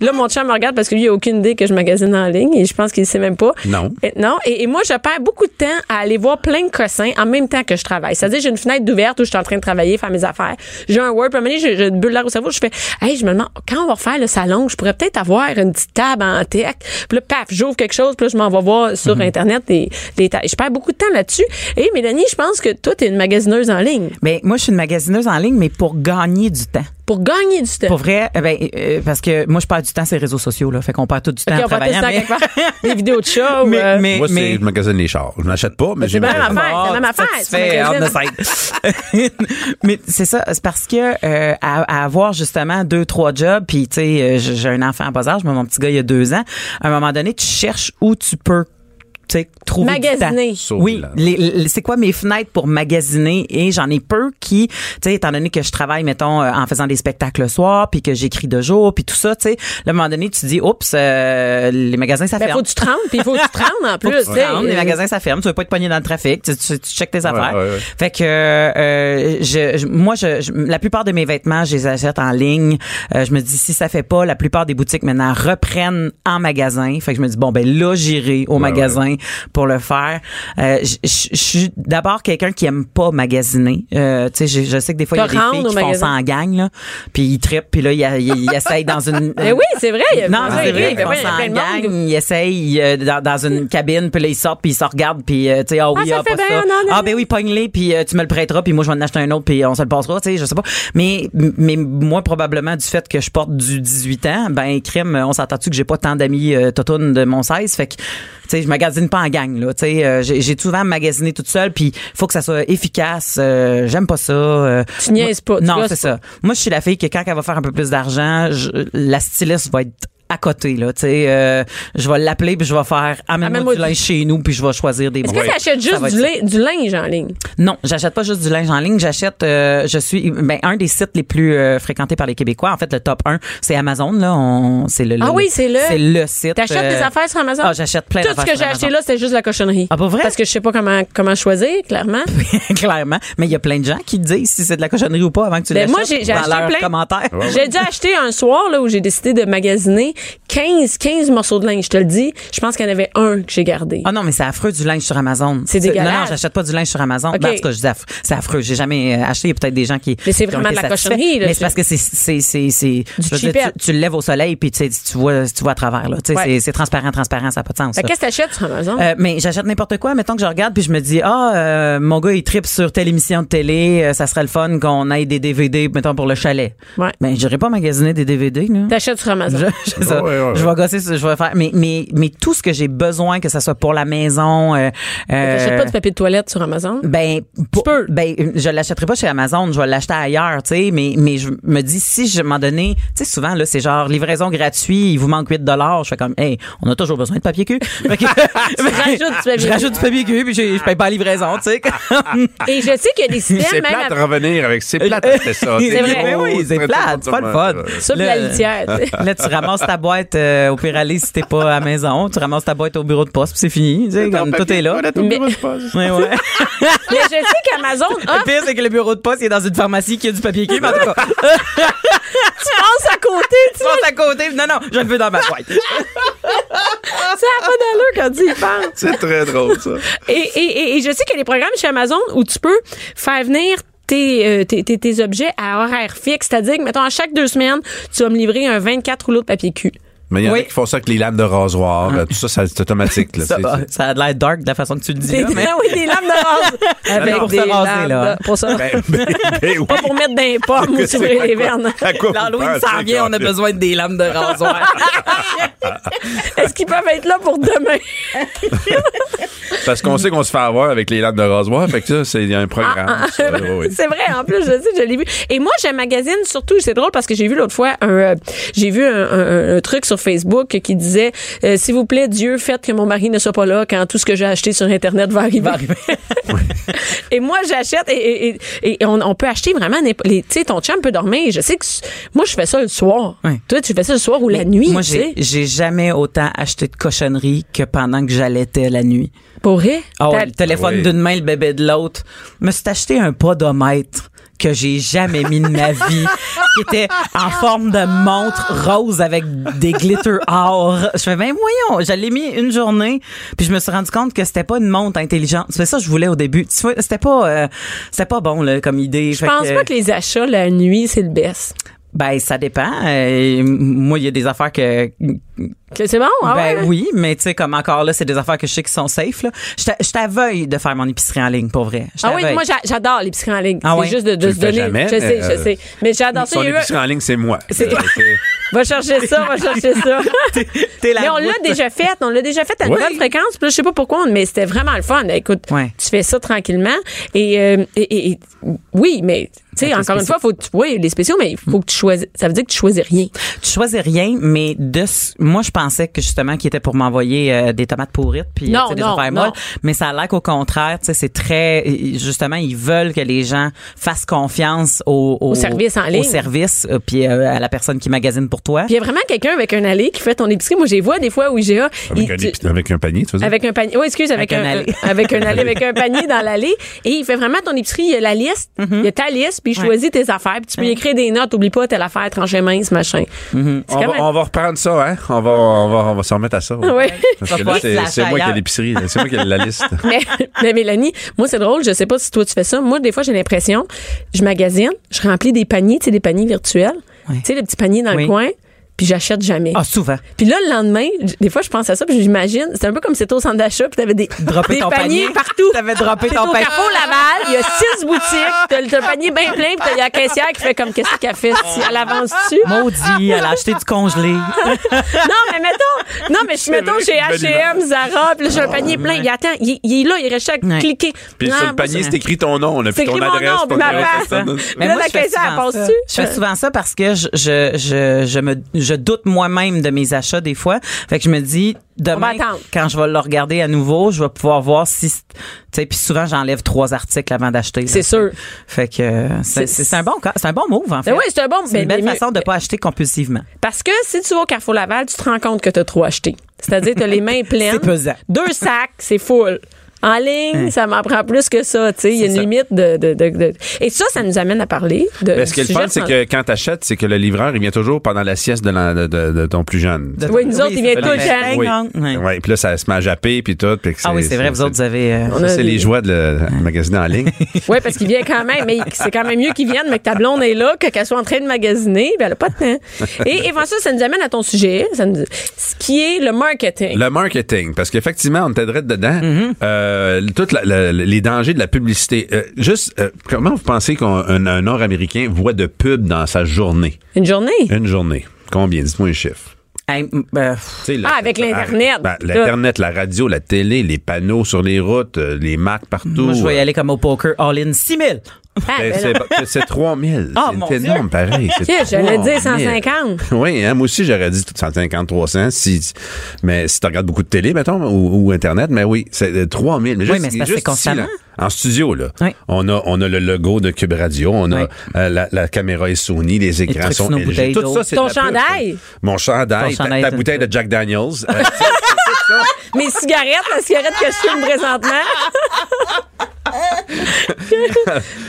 [SPEAKER 3] Là, mon chum me regarde parce que lui, il a aucune idée que je magasine en ligne et je pense qu'il ne sait même pas.
[SPEAKER 5] Non.
[SPEAKER 3] Et non. Et, et moi, je perds beaucoup de temps à aller voir plein de cossins en même temps que je travaille. C'est-à-dire, j'ai une fenêtre d'ouverte où je suis en train de travailler, faire mes affaires. J'ai un Word. Puis à un moment donné, je, je bulle l'air au cerveau. Je fais, hey, je me demande, quand on va refaire le salon, je pourrais peut-être avoir une petite table en tech. Puis là, paf, j'ouvre quelque chose. Puis là, je m'en vais voir sur
[SPEAKER 4] Mhm.
[SPEAKER 3] Internet des, des ta- Je perds beaucoup de temps là-dessus. Et Mélanie, je pense que toi, tu es une magasineuse en ligne
[SPEAKER 4] Ben, moi, je suis une magasineuse en ligne, mais pour gagner du temps.
[SPEAKER 3] pour gagner du temps.
[SPEAKER 4] Pour vrai, eh ben, euh, parce que moi, je perds du temps sur les réseaux sociaux, là. Fait qu'on perd tout du temps
[SPEAKER 3] OK,
[SPEAKER 4] en
[SPEAKER 3] on va
[SPEAKER 4] travaillant.
[SPEAKER 3] tester ça
[SPEAKER 4] mais-
[SPEAKER 3] quelque part. Des vidéos de chats. ou,
[SPEAKER 4] Mais-
[SPEAKER 3] euh,
[SPEAKER 4] mais-
[SPEAKER 5] Moi, c'est-
[SPEAKER 4] mais-
[SPEAKER 5] je magasine les chars. Je n'achète pas, mais j'ai
[SPEAKER 3] même
[SPEAKER 5] magasin.
[SPEAKER 3] affaire. c'est la même
[SPEAKER 4] Ah,
[SPEAKER 3] affaire,
[SPEAKER 4] satisfait,
[SPEAKER 3] c'est magazine.
[SPEAKER 4] out the sight. Mais c'est ça, c'est parce que euh, à, à avoir justement deux, trois jobs, puis tu sais, euh, j'ai j'ai un enfant en bas âge, mais mon petit gars il y a deux ans, à un moment donné, tu cherches où tu peux tu sais, trouver
[SPEAKER 3] Magasiner.
[SPEAKER 4] du temps. Oui, les- les- c'est quoi mes fenêtres pour magasiner et j'en ai peu qui, tu sais, étant donné que je travaille, mettons, euh, en faisant des spectacles le soir, puis que j'écris de jour, puis tout ça, tu sais, là, à un moment donné, tu dis, oups, euh, les magasins, ça
[SPEAKER 3] Ben,
[SPEAKER 4] ferme.
[SPEAKER 3] faut que tu te rendes, puis il faut que tu te rendes en
[SPEAKER 4] Faut que
[SPEAKER 3] plus.
[SPEAKER 4] tu te
[SPEAKER 3] tu sais.
[SPEAKER 4] rendes, les magasins ça ferme, tu veux pas être pogné dans le trafic, tu, tu, tu checkes tes affaires.
[SPEAKER 5] ouais, ouais.
[SPEAKER 4] Fait que euh, je, je- moi je, je- la plupart de mes vêtements, je les achète en ligne. Euh, je me dis si ça fait pas, la plupart des boutiques maintenant reprennent en magasin. Fait que je me dis bon ben là j'irai au magasin pour le faire. Euh, je- je je suis d'abord quelqu'un qui aime pas magasiner. Euh, tu sais je, je sais que des fois il y a
[SPEAKER 3] Te
[SPEAKER 4] des
[SPEAKER 3] rendre
[SPEAKER 4] filles
[SPEAKER 3] au
[SPEAKER 4] qui font ça
[SPEAKER 3] magasin.
[SPEAKER 4] en gang là, puis ils trippent, puis là ils ils- ils essayent dans une
[SPEAKER 3] Ben oui, c'est vrai. il y a-
[SPEAKER 4] non,
[SPEAKER 3] ben
[SPEAKER 4] c'est
[SPEAKER 3] oui,
[SPEAKER 4] vrai.
[SPEAKER 3] ben
[SPEAKER 4] qu'on
[SPEAKER 3] oui, il y a
[SPEAKER 4] s'en
[SPEAKER 3] plein de monde.
[SPEAKER 4] gagne, ils essayent euh, dans, dans une cabine, puis là, ils sortent, puis ils se regardent, puis euh, tu sais, ah oui,
[SPEAKER 3] ça
[SPEAKER 4] ah,
[SPEAKER 3] fait
[SPEAKER 4] pas
[SPEAKER 3] bien,
[SPEAKER 4] ça.
[SPEAKER 3] non, non,
[SPEAKER 4] ah
[SPEAKER 3] non.
[SPEAKER 4] ben oui, pogne-les, puis euh, tu me le prêteras, puis moi, je vais en acheter un autre, puis on se le passera, tu sais, je sais pas. Mais, mais moi, probablement, du fait que je porte du 18 ans, ben, crime, on s'entend-tu que j'ai pas tant d'amis euh, totounes de mon 16, fait que, tu sais, je magasine pas en gang, là, tu sais, euh, j'ai j'ai souvent magasiné toute seule, puis faut que ça soit efficace, euh, j'aime pas ça. euh,
[SPEAKER 3] Tu niaises pas, tu
[SPEAKER 4] Non,
[SPEAKER 3] gosses
[SPEAKER 4] c'est ça. Moi, je suis la fille que quand elle va faire un peu plus d'argent, je- la styliste va être à côté là, tu sais, euh, je vais l'appeler puis je vais faire amène-moi
[SPEAKER 3] Amène-moi
[SPEAKER 4] du
[SPEAKER 3] du-
[SPEAKER 4] linge chez nous puis je vais choisir des
[SPEAKER 3] Est-ce
[SPEAKER 4] bons.
[SPEAKER 3] que tu achètes
[SPEAKER 4] Ça
[SPEAKER 3] juste
[SPEAKER 4] va
[SPEAKER 3] du,
[SPEAKER 4] être ça.
[SPEAKER 3] lin- du linge en ligne?
[SPEAKER 4] Non, j'achète pas juste du linge en ligne, j'achète euh, je suis ben un des sites les plus euh, fréquentés par les Québécois, en fait le top 1, c'est Amazon là, on c'est le,
[SPEAKER 3] Ah oui, c'est le-
[SPEAKER 4] c'est le site.
[SPEAKER 3] T'achètes
[SPEAKER 4] euh,
[SPEAKER 3] des affaires sur Amazon?
[SPEAKER 4] Ah, j'achète plein
[SPEAKER 3] Tout ce
[SPEAKER 4] d'affaires
[SPEAKER 3] que
[SPEAKER 4] sur
[SPEAKER 3] j'ai acheté
[SPEAKER 4] Amazon.
[SPEAKER 3] là, c'est juste la cochonnerie.
[SPEAKER 4] Ah, pas vrai?
[SPEAKER 3] Parce que je sais pas comment, comment choisir, clairement.
[SPEAKER 4] Clairement, mais il y a plein de gens qui disent si c'est de la cochonnerie ou pas avant que tu
[SPEAKER 3] Ben,
[SPEAKER 4] l'achètes
[SPEAKER 3] moi, j'ai- j'ai
[SPEAKER 4] dans
[SPEAKER 3] acheté
[SPEAKER 4] leurs
[SPEAKER 3] plein.
[SPEAKER 4] commentaires.
[SPEAKER 3] J'ai dû acheter un soir là, où j'ai décidé de magasiner 15, 15 morceaux de linge, je te le dis. Je pense qu'il y en avait un que j'ai gardé.
[SPEAKER 4] Ah non, mais c'est affreux du linge sur Amazon.
[SPEAKER 3] C'est dégueulasse.
[SPEAKER 4] Non, non, j'achète pas du linge sur Amazon.
[SPEAKER 3] OK.
[SPEAKER 4] Ben, en tout cas, je dis affreux. C'est affreux. J'ai jamais euh, acheté. Il y a peut-être des gens qui.
[SPEAKER 3] Mais c'est
[SPEAKER 4] qui ont
[SPEAKER 3] vraiment
[SPEAKER 4] été
[SPEAKER 3] de la
[SPEAKER 4] satisfaits.
[SPEAKER 3] cochonnerie, là.
[SPEAKER 4] Mais c'est parce que c'est. c'est, c'est, c'est- je veux dire,
[SPEAKER 3] cheapette.
[SPEAKER 4] tu, tu le lèves au soleil puis tu, sais, tu vois, tu vois à travers. Là. Tu sais,
[SPEAKER 3] Ouais.
[SPEAKER 4] C'est, c'est transparent, transparent, ça n'a pas de sens.
[SPEAKER 3] Fait
[SPEAKER 4] ça.
[SPEAKER 3] que qu'est-ce que t'achètes sur Amazon?
[SPEAKER 4] Euh, mais j'achète n'importe quoi. Mettons que je regarde puis je me dis ah euh, mon gars il tripe sur telle émission de télé, euh, ça serait le fun qu'on aille des DVD mettons pour le chalet.
[SPEAKER 3] Ouais.
[SPEAKER 4] Ben j'irai pas magasiner des DVD là.
[SPEAKER 3] T'achètes sur Amazon.
[SPEAKER 4] Je, je- ça,
[SPEAKER 5] Ouais, ouais, ouais.
[SPEAKER 4] je vais gosser, sur- je vais faire. Mais, mais, mais tout ce que j'ai besoin, que ça soit pour la maison, euh, euh,
[SPEAKER 3] T'achètes pas du papier de toilette sur Amazon?
[SPEAKER 4] ben, pour- ben, je l'achèterai pas chez Amazon, je vais l'acheter ailleurs, tu sais, mais, mais je me dis, si je m'en donnais, tu sais, souvent, là, c'est genre, livraison gratuite, il vous manque 8 dollars, je fais comme, hey, on a toujours besoin de papier cul. Fait que-
[SPEAKER 3] rajoutes du papier
[SPEAKER 4] je rajoute du papier cul, puis je, je paye pas la livraison, tu sais.
[SPEAKER 5] Ah,
[SPEAKER 4] comme-
[SPEAKER 3] Et je sais qu'il y a des
[SPEAKER 5] C'est
[SPEAKER 3] systèmes même.
[SPEAKER 5] plate de
[SPEAKER 3] à-
[SPEAKER 5] revenir avec. C'est plate, c'est ça.
[SPEAKER 4] C'est
[SPEAKER 5] T'es
[SPEAKER 4] vrai.
[SPEAKER 5] gros,
[SPEAKER 4] Mais oui, c'est
[SPEAKER 5] très, très
[SPEAKER 4] plate, c'est pas le fun.
[SPEAKER 5] bonnement.
[SPEAKER 3] Ça, puis
[SPEAKER 4] Le-
[SPEAKER 3] la litière. tu sais.
[SPEAKER 4] Là, tu ramasses ta boîte euh, au Pirelli si t'es pas à la maison. Tu ramasses ta boîte au bureau de poste, puis c'est fini. Tu sais,
[SPEAKER 5] Ton
[SPEAKER 4] comme
[SPEAKER 5] papier
[SPEAKER 4] tout est là.
[SPEAKER 5] de toilette au
[SPEAKER 3] Mais-
[SPEAKER 5] bureau de poste.
[SPEAKER 4] Ouais, ouais.
[SPEAKER 3] Mais je sais qu'Amazon
[SPEAKER 4] Le
[SPEAKER 3] offre,
[SPEAKER 4] pire, c'est que le bureau de poste, il est dans une pharmacie qui a du papier cul, mais en tout cas,
[SPEAKER 3] tu passes à côté, tu
[SPEAKER 4] tu passes à côté, non, non, je le veux dans ma boîte.
[SPEAKER 3] Ça n'a pas d'allure quand tu y penses.
[SPEAKER 5] C'est très drôle, ça.
[SPEAKER 3] Et, et, et- et je sais qu'il y a des programmes chez Amazon où tu peux faire venir tes, euh, tes, tes, tes objets à horaire fixe. C'est-à-dire que, mettons, à chaque deux semaines, tu vas me livrer un 24 rouleaux de papier cul.
[SPEAKER 5] Mais il y en a
[SPEAKER 4] Oui.
[SPEAKER 5] qui font ça avec les lames de rasoir. euh, Tout ça, ça, c'est automatique. Là.
[SPEAKER 4] Ça,
[SPEAKER 5] C'est-
[SPEAKER 4] bah,
[SPEAKER 5] c'est-
[SPEAKER 4] ça a l'air dark de la façon que tu le dis,
[SPEAKER 3] Des,
[SPEAKER 4] là, mais
[SPEAKER 3] Ah oui, des lames de rase. Avec
[SPEAKER 4] pour
[SPEAKER 3] des
[SPEAKER 4] se raser,
[SPEAKER 3] lames
[SPEAKER 4] là.
[SPEAKER 3] de- Pour ça.
[SPEAKER 5] Ben, ben, ben oui.
[SPEAKER 3] Pas pour mettre des pommes ou
[SPEAKER 5] Que c'est
[SPEAKER 3] s'ouvrir
[SPEAKER 5] à
[SPEAKER 3] les
[SPEAKER 5] quoi-
[SPEAKER 3] vernes.
[SPEAKER 5] à quoi vous
[SPEAKER 4] l'Halloween
[SPEAKER 5] pensez,
[SPEAKER 4] s'en vient, on a
[SPEAKER 5] Caroline?
[SPEAKER 4] besoin des lames de rasoir.
[SPEAKER 3] Est-ce qu'ils peuvent être là pour demain?
[SPEAKER 5] Parce qu'on sait qu'on se fait avoir avec les lames de rasoir. Fait que ça, c'est il y a un programme. ça, oui,
[SPEAKER 4] Oh,
[SPEAKER 5] oui.
[SPEAKER 3] C'est vrai, en plus, je sais, je l'ai vu. Et moi, je magasine surtout, c'est drôle parce que j'ai vu l'autre fois un, euh, j'ai vu un, un- un truc sur Facebook qui disait, euh, s'il vous plaît, Dieu, faites que mon mari ne soit pas là quand tout ce que j'ai acheté sur Internet va arriver. et moi, j'achète et, et- et- et on, on peut acheter vraiment, n'importe- les- tu sais, ton chum peut dormir. Je sais que, c- moi, je fais ça le soir.
[SPEAKER 4] Oui.
[SPEAKER 3] Toi, tu fais ça le soir ou la nuit,
[SPEAKER 4] Moi,
[SPEAKER 3] tu sais.
[SPEAKER 4] j'ai j'ai jamais autant acheté de cochonneries que pendant que j'allaitais la nuit.
[SPEAKER 3] Pour rire.
[SPEAKER 4] Ah ouais,
[SPEAKER 3] T'as-
[SPEAKER 4] le téléphone
[SPEAKER 5] Oui.
[SPEAKER 4] d'une main, le bébé de l'autre. Je me suis acheté un podomètre que j'ai jamais mis de ma vie, qui était en forme de montre rose avec des glitter or. Je fais, ben voyons, je l'ai mis une journée, puis je me suis rendu compte que c'était pas une montre intelligente. C'est ça que je voulais au début. Tu vois, c'était pas, euh, c'était pas bon là, comme idée.
[SPEAKER 3] je pense pas que les achats la nuit, c'est le best.
[SPEAKER 4] Ben ça dépend. Euh, m- moi, il y a des affaires que
[SPEAKER 3] Que C'est bon? Ah
[SPEAKER 4] ben
[SPEAKER 3] ouais?
[SPEAKER 4] oui, mais tu sais, comme encore là, c'est des affaires que je sais qui sont safe. Là. Je t'a- je t'aveuille de faire mon épicerie en ligne, pour vrai. Je
[SPEAKER 3] Ah oui,
[SPEAKER 4] t'aveuille.
[SPEAKER 3] moi j'a- j'adore l'épicerie en ligne.
[SPEAKER 4] Ah
[SPEAKER 3] c'est
[SPEAKER 4] ouais?
[SPEAKER 3] juste de, de
[SPEAKER 5] Tu le
[SPEAKER 3] se
[SPEAKER 5] fais
[SPEAKER 3] donner.
[SPEAKER 5] jamais,
[SPEAKER 3] je sais,
[SPEAKER 5] mais, euh,
[SPEAKER 3] je sais. Mais j'adore ça.
[SPEAKER 5] Son
[SPEAKER 3] Il y a eu-
[SPEAKER 5] épicerie en ligne, c'est moi.
[SPEAKER 3] C'est-
[SPEAKER 5] Euh, c'est-
[SPEAKER 3] Va chercher ça, va chercher ça.
[SPEAKER 4] T'es la
[SPEAKER 3] Mais on l'a
[SPEAKER 4] route.
[SPEAKER 3] déjà fait, on l'a déjà fait à une
[SPEAKER 5] Oui.
[SPEAKER 3] bonne fréquence. Puis là, je sais pas pourquoi, mais c'était vraiment le fun. Écoute,
[SPEAKER 4] Ouais.
[SPEAKER 3] tu fais ça tranquillement. Et, euh, et- et- et- oui, mais tu sais,
[SPEAKER 4] Avec les
[SPEAKER 3] encore une fois,
[SPEAKER 4] spéciaux.
[SPEAKER 3] faut que tu- oui, les spéciaux, mais il faut que tu choisis. Ça veut dire que tu choisis rien.
[SPEAKER 4] Tu choisis rien, mais de ce- moi je pensais que justement qu'il était pour m'envoyer euh, des tomates pourrites puis
[SPEAKER 3] Non,
[SPEAKER 4] tu sais, des
[SPEAKER 3] non,
[SPEAKER 4] affaires
[SPEAKER 3] non.
[SPEAKER 4] molles, mais ça a l'air qu'au contraire, tu sais c'est très euh, justement ils veulent que les gens fassent confiance au, au,
[SPEAKER 3] service en ligne.
[SPEAKER 4] au service euh, puis euh, à la personne qui magasine pour toi.
[SPEAKER 3] Puis il y a vraiment quelqu'un avec un allée qui fait ton épicerie. Moi, j'ai vois des fois où IGA.
[SPEAKER 5] Avec,
[SPEAKER 3] il-
[SPEAKER 5] un,
[SPEAKER 3] tu-
[SPEAKER 5] épi- avec un panier, tu faisais?
[SPEAKER 3] Avec un panier. Oui, excuse, avec,
[SPEAKER 4] Mmh. Avec un
[SPEAKER 3] un,
[SPEAKER 4] allée.
[SPEAKER 3] avec un allée, avec un panier dans l'allée. Et il fait vraiment ton épicerie. Il y a la liste.
[SPEAKER 4] Mmh.
[SPEAKER 3] Il y a ta liste, puis il choisit tes affaires. Puis tu peux y écrire des notes. Oublie pas telle affaire, trancher mince, machin.
[SPEAKER 4] Mmh.
[SPEAKER 3] C'est
[SPEAKER 5] On
[SPEAKER 3] quand
[SPEAKER 5] va,
[SPEAKER 3] même-
[SPEAKER 5] on va reprendre ça, hein? On va, on va, on va s'en remettre à ça. ouais.
[SPEAKER 3] Oui.
[SPEAKER 5] Parce que
[SPEAKER 4] On va
[SPEAKER 5] là,
[SPEAKER 4] se
[SPEAKER 5] c'est
[SPEAKER 4] la
[SPEAKER 5] c'est moi qui ai
[SPEAKER 4] ailleurs.
[SPEAKER 5] l'épicerie. là. C'est moi qui ai la liste.
[SPEAKER 3] Mais, mais Mélanie, moi, c'est drôle. Je sais pas si toi, tu fais ça. Moi, des fois, j'ai l'impression, je magasine, je remplis des paniers, tu sais, des paniers virtuels.
[SPEAKER 4] Ouais.
[SPEAKER 3] Tu sais, le petit panier dans le
[SPEAKER 4] Oui.
[SPEAKER 3] coin, puis j'achète jamais.
[SPEAKER 4] Ah souvent.
[SPEAKER 3] Puis là, le lendemain, j- des fois, je pense à ça, puis j'imagine, c'est un peu comme si t'étais au centre d'achat, puis t'avais des,
[SPEAKER 4] Dropper
[SPEAKER 3] des
[SPEAKER 4] ton
[SPEAKER 3] paniers
[SPEAKER 4] panier.
[SPEAKER 3] partout.
[SPEAKER 4] T'avais droppé
[SPEAKER 3] T'es
[SPEAKER 4] ton
[SPEAKER 3] au
[SPEAKER 4] panier.
[SPEAKER 3] Carrefour Laval, il y a six boutiques, t'as le t'as le panier bien plein, puis t'as- il y a la caissière qui fait comme, qu'est-ce qu'elle fait si elle avance dessus?
[SPEAKER 4] Maudit, elle a acheté du congelé.
[SPEAKER 3] Non, mais mettons, non, mais je mettons
[SPEAKER 5] vrai,
[SPEAKER 3] chez
[SPEAKER 5] c'est une belle Ah,
[SPEAKER 3] H&M, Zara, puis là, j'ai un panier plein, il attend, il, il est là, il reste à
[SPEAKER 4] Ouais.
[SPEAKER 3] cliquer.
[SPEAKER 5] Puis
[SPEAKER 3] Ah,
[SPEAKER 5] sur le
[SPEAKER 3] bon,
[SPEAKER 5] panier, c'est écrit ton nom. On a
[SPEAKER 3] C'est
[SPEAKER 5] fait ton
[SPEAKER 3] écrit mon
[SPEAKER 5] adresse.
[SPEAKER 3] nom,
[SPEAKER 5] ton
[SPEAKER 3] puis ma
[SPEAKER 5] numéro de
[SPEAKER 3] face.
[SPEAKER 5] téléphone.
[SPEAKER 3] Mais là, la
[SPEAKER 4] Hein? je fais
[SPEAKER 3] caissière,
[SPEAKER 4] souvent
[SPEAKER 3] elle passe
[SPEAKER 4] ça.
[SPEAKER 3] dessus.
[SPEAKER 4] Je fais souvent ça parce que je, je, je, je me, je doute moi-même de mes achats des fois. Fait que je me dis, demain,
[SPEAKER 3] attendre.
[SPEAKER 4] quand je vais le regarder à nouveau, je vais pouvoir voir si, tu sais, puis souvent, j'enlève trois articles avant d'acheter. là.
[SPEAKER 3] C'est sûr.
[SPEAKER 4] Fait que euh, c'est
[SPEAKER 3] C'est-
[SPEAKER 4] c'est un bon, ca- c'est un bon move, en fait.
[SPEAKER 3] Ben oui, c'est un bon-
[SPEAKER 4] une
[SPEAKER 3] ben,
[SPEAKER 4] belle
[SPEAKER 3] mais-
[SPEAKER 4] façon de pas acheter compulsivement.
[SPEAKER 3] Parce que si tu vas au Carrefour Laval, tu te rends compte que t'as trop acheté. C'est-à-dire, t'as les mains pleines.
[SPEAKER 4] C'est pesant. Hein.
[SPEAKER 3] Deux sacs, c'est full. En ligne, ça m'en prend plus que ça. Tu sais, il y a une
[SPEAKER 5] ça.
[SPEAKER 3] limite de, de- de- de- Et ça, ça nous amène à parler de.
[SPEAKER 5] Mais
[SPEAKER 3] du
[SPEAKER 5] Ben, ce qui est le
[SPEAKER 3] sujet
[SPEAKER 5] fun,
[SPEAKER 3] de
[SPEAKER 5] c'est
[SPEAKER 3] santé.
[SPEAKER 5] que quand t'achètes, c'est que le livreur, il vient toujours pendant la sieste de, la- de- de- de ton plus jeune.
[SPEAKER 4] De-
[SPEAKER 3] Oui, nous autres, ils viennent
[SPEAKER 4] c'est
[SPEAKER 3] tout le
[SPEAKER 4] vrai.
[SPEAKER 3] temps.
[SPEAKER 5] Oui.
[SPEAKER 4] gang, ouais.
[SPEAKER 5] Ouais, puis là, ça se met à japper, puis tout. puis que
[SPEAKER 4] Ah oui, c'est vrai, vous autres, vous avez... euh,
[SPEAKER 5] Ça,
[SPEAKER 3] On a
[SPEAKER 5] c'est
[SPEAKER 3] des-
[SPEAKER 5] les joies de le magasiner en ligne.
[SPEAKER 3] Oui, parce qu'il vient quand même, mais c'est quand même mieux qu'il vienne, mais que ta blonde est là, que qu'elle soit en train de magasiner, ben elle a pas de temps. Et, et François, ça nous amène à ton sujet, ça nous- ce qui est le marketing.
[SPEAKER 5] Le marketing, parce qu'effectivement, on t'aiderait dedans. Euh, toutes la- la- les dangers de la publicité. Euh, juste, euh, comment vous pensez qu'un un Nord-Américain voit de pub dans sa journée?
[SPEAKER 3] Une journée.
[SPEAKER 5] Une journée. Combien? Dites-moi un chiffre.
[SPEAKER 4] hey, m- ben, pff,
[SPEAKER 5] Tu sais, la-
[SPEAKER 3] Ah, avec l'Internet.
[SPEAKER 5] Ben, L'Internet, la radio, la télé, les panneaux sur les routes, euh, les marques partout.
[SPEAKER 4] moi, je vais y aller comme au poker, all-in, 6 000.
[SPEAKER 3] Ah,
[SPEAKER 5] Ben,
[SPEAKER 3] ben
[SPEAKER 5] c'est-
[SPEAKER 3] non.
[SPEAKER 5] c'est- c'est 3000.
[SPEAKER 4] Ah, mon
[SPEAKER 5] c'est énorme, pareil. c'est
[SPEAKER 3] Tiens, j'allais
[SPEAKER 5] 3000.
[SPEAKER 3] dire 150.
[SPEAKER 5] Oui, hein, moi aussi, j'aurais dit 150, 300. Si, mais si tu regardes beaucoup de télé, mettons, ou, ou Internet, mais oui, c'est euh, 3000. Mais
[SPEAKER 4] Oui, mais c'est parce que c'est
[SPEAKER 5] ici, là,
[SPEAKER 4] constamment.
[SPEAKER 5] en studio, là,
[SPEAKER 4] Oui.
[SPEAKER 5] on, a, on a le logo de Cube Radio, on a
[SPEAKER 4] Oui.
[SPEAKER 5] euh, la, la caméra est Sony, les écrans
[SPEAKER 4] trucs
[SPEAKER 5] sont
[SPEAKER 4] sous nos
[SPEAKER 5] LG.
[SPEAKER 4] bouteilles
[SPEAKER 5] Tout
[SPEAKER 4] d'eau.
[SPEAKER 5] ça, c'est
[SPEAKER 3] Ton
[SPEAKER 5] de la pub,
[SPEAKER 3] chandail.
[SPEAKER 5] ça. Mon chandail.
[SPEAKER 4] Ton
[SPEAKER 5] ta-
[SPEAKER 4] chandail,
[SPEAKER 5] ta,
[SPEAKER 4] t'as-
[SPEAKER 5] bouteille de Jack Daniels. Euh,
[SPEAKER 3] Mes cigarettes, la cigarette que je fume présentement.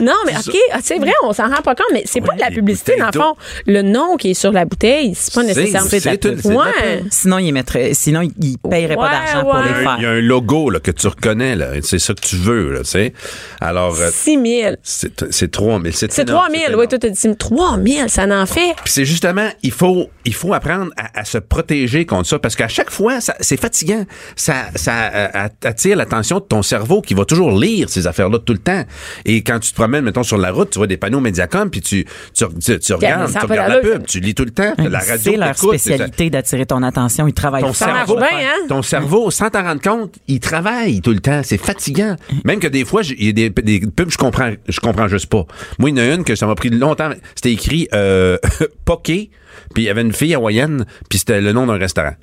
[SPEAKER 3] non, mais OK, ah, c'est vrai, on s'en rend pas compte, mais c'est pas
[SPEAKER 5] Oui,
[SPEAKER 3] de la
[SPEAKER 5] les
[SPEAKER 3] publicité, dans le
[SPEAKER 5] bouteilles
[SPEAKER 3] fond. Le nom qui est sur la bouteille, c'est pas
[SPEAKER 5] C'est-
[SPEAKER 3] nécessairement.
[SPEAKER 5] c'est de la pub.
[SPEAKER 3] Ouais.
[SPEAKER 4] Euh, Sinon, ils mettraient, sinon, ils- ils paieraient
[SPEAKER 3] Ouais,
[SPEAKER 4] pas d'argent
[SPEAKER 3] ouais.
[SPEAKER 4] pour les
[SPEAKER 5] Il y a
[SPEAKER 4] faire.
[SPEAKER 5] un logo là, que tu reconnais, là. c'est ça que tu veux. Là, tu sais. Alors, euh,
[SPEAKER 3] 6 000.
[SPEAKER 5] c'est c'est 3000.
[SPEAKER 3] C'est
[SPEAKER 5] énorme,
[SPEAKER 3] 3 000.
[SPEAKER 5] énorme.
[SPEAKER 3] Oui, toi, t'as dit 3 000, ça n'en fait.
[SPEAKER 5] Puis c'est justement, il faut, il faut apprendre à, à se protéger contre ça parce qu'à chaque fois, ça- c'est fatigant. Ça, ça euh, att- attire l'attention de ton cerveau qui va toujours lire ces affaires-là tout le temps. Et quand tu te promènes, mettons, sur la route, tu vois des panneaux Mediacom, puis tu, tu, tu, tu regardes,
[SPEAKER 3] ça a
[SPEAKER 5] tu
[SPEAKER 3] pas
[SPEAKER 5] regardes la
[SPEAKER 3] d'allure.
[SPEAKER 5] pub, tu lis tout le temps, la radio
[SPEAKER 4] Hein? C'est leur
[SPEAKER 5] t'écoute,
[SPEAKER 4] spécialité d'attirer ton attention. Ils travaillent
[SPEAKER 5] ton
[SPEAKER 4] fort
[SPEAKER 5] cerveau,
[SPEAKER 4] pour le
[SPEAKER 3] bien,
[SPEAKER 4] faire.
[SPEAKER 3] hein?
[SPEAKER 5] ton cerveau, sans t'en rendre compte, il travaille tout le temps. C'est fatigant. Même que des fois, j'ai- il y a des, des pubs, je comprends, je comprends juste pas. Moi, il y en a une que ça m'a pris longtemps. C'était écrit euh, Poké, puis il y avait une fille hawaïenne, puis c'était le nom d'un restaurant.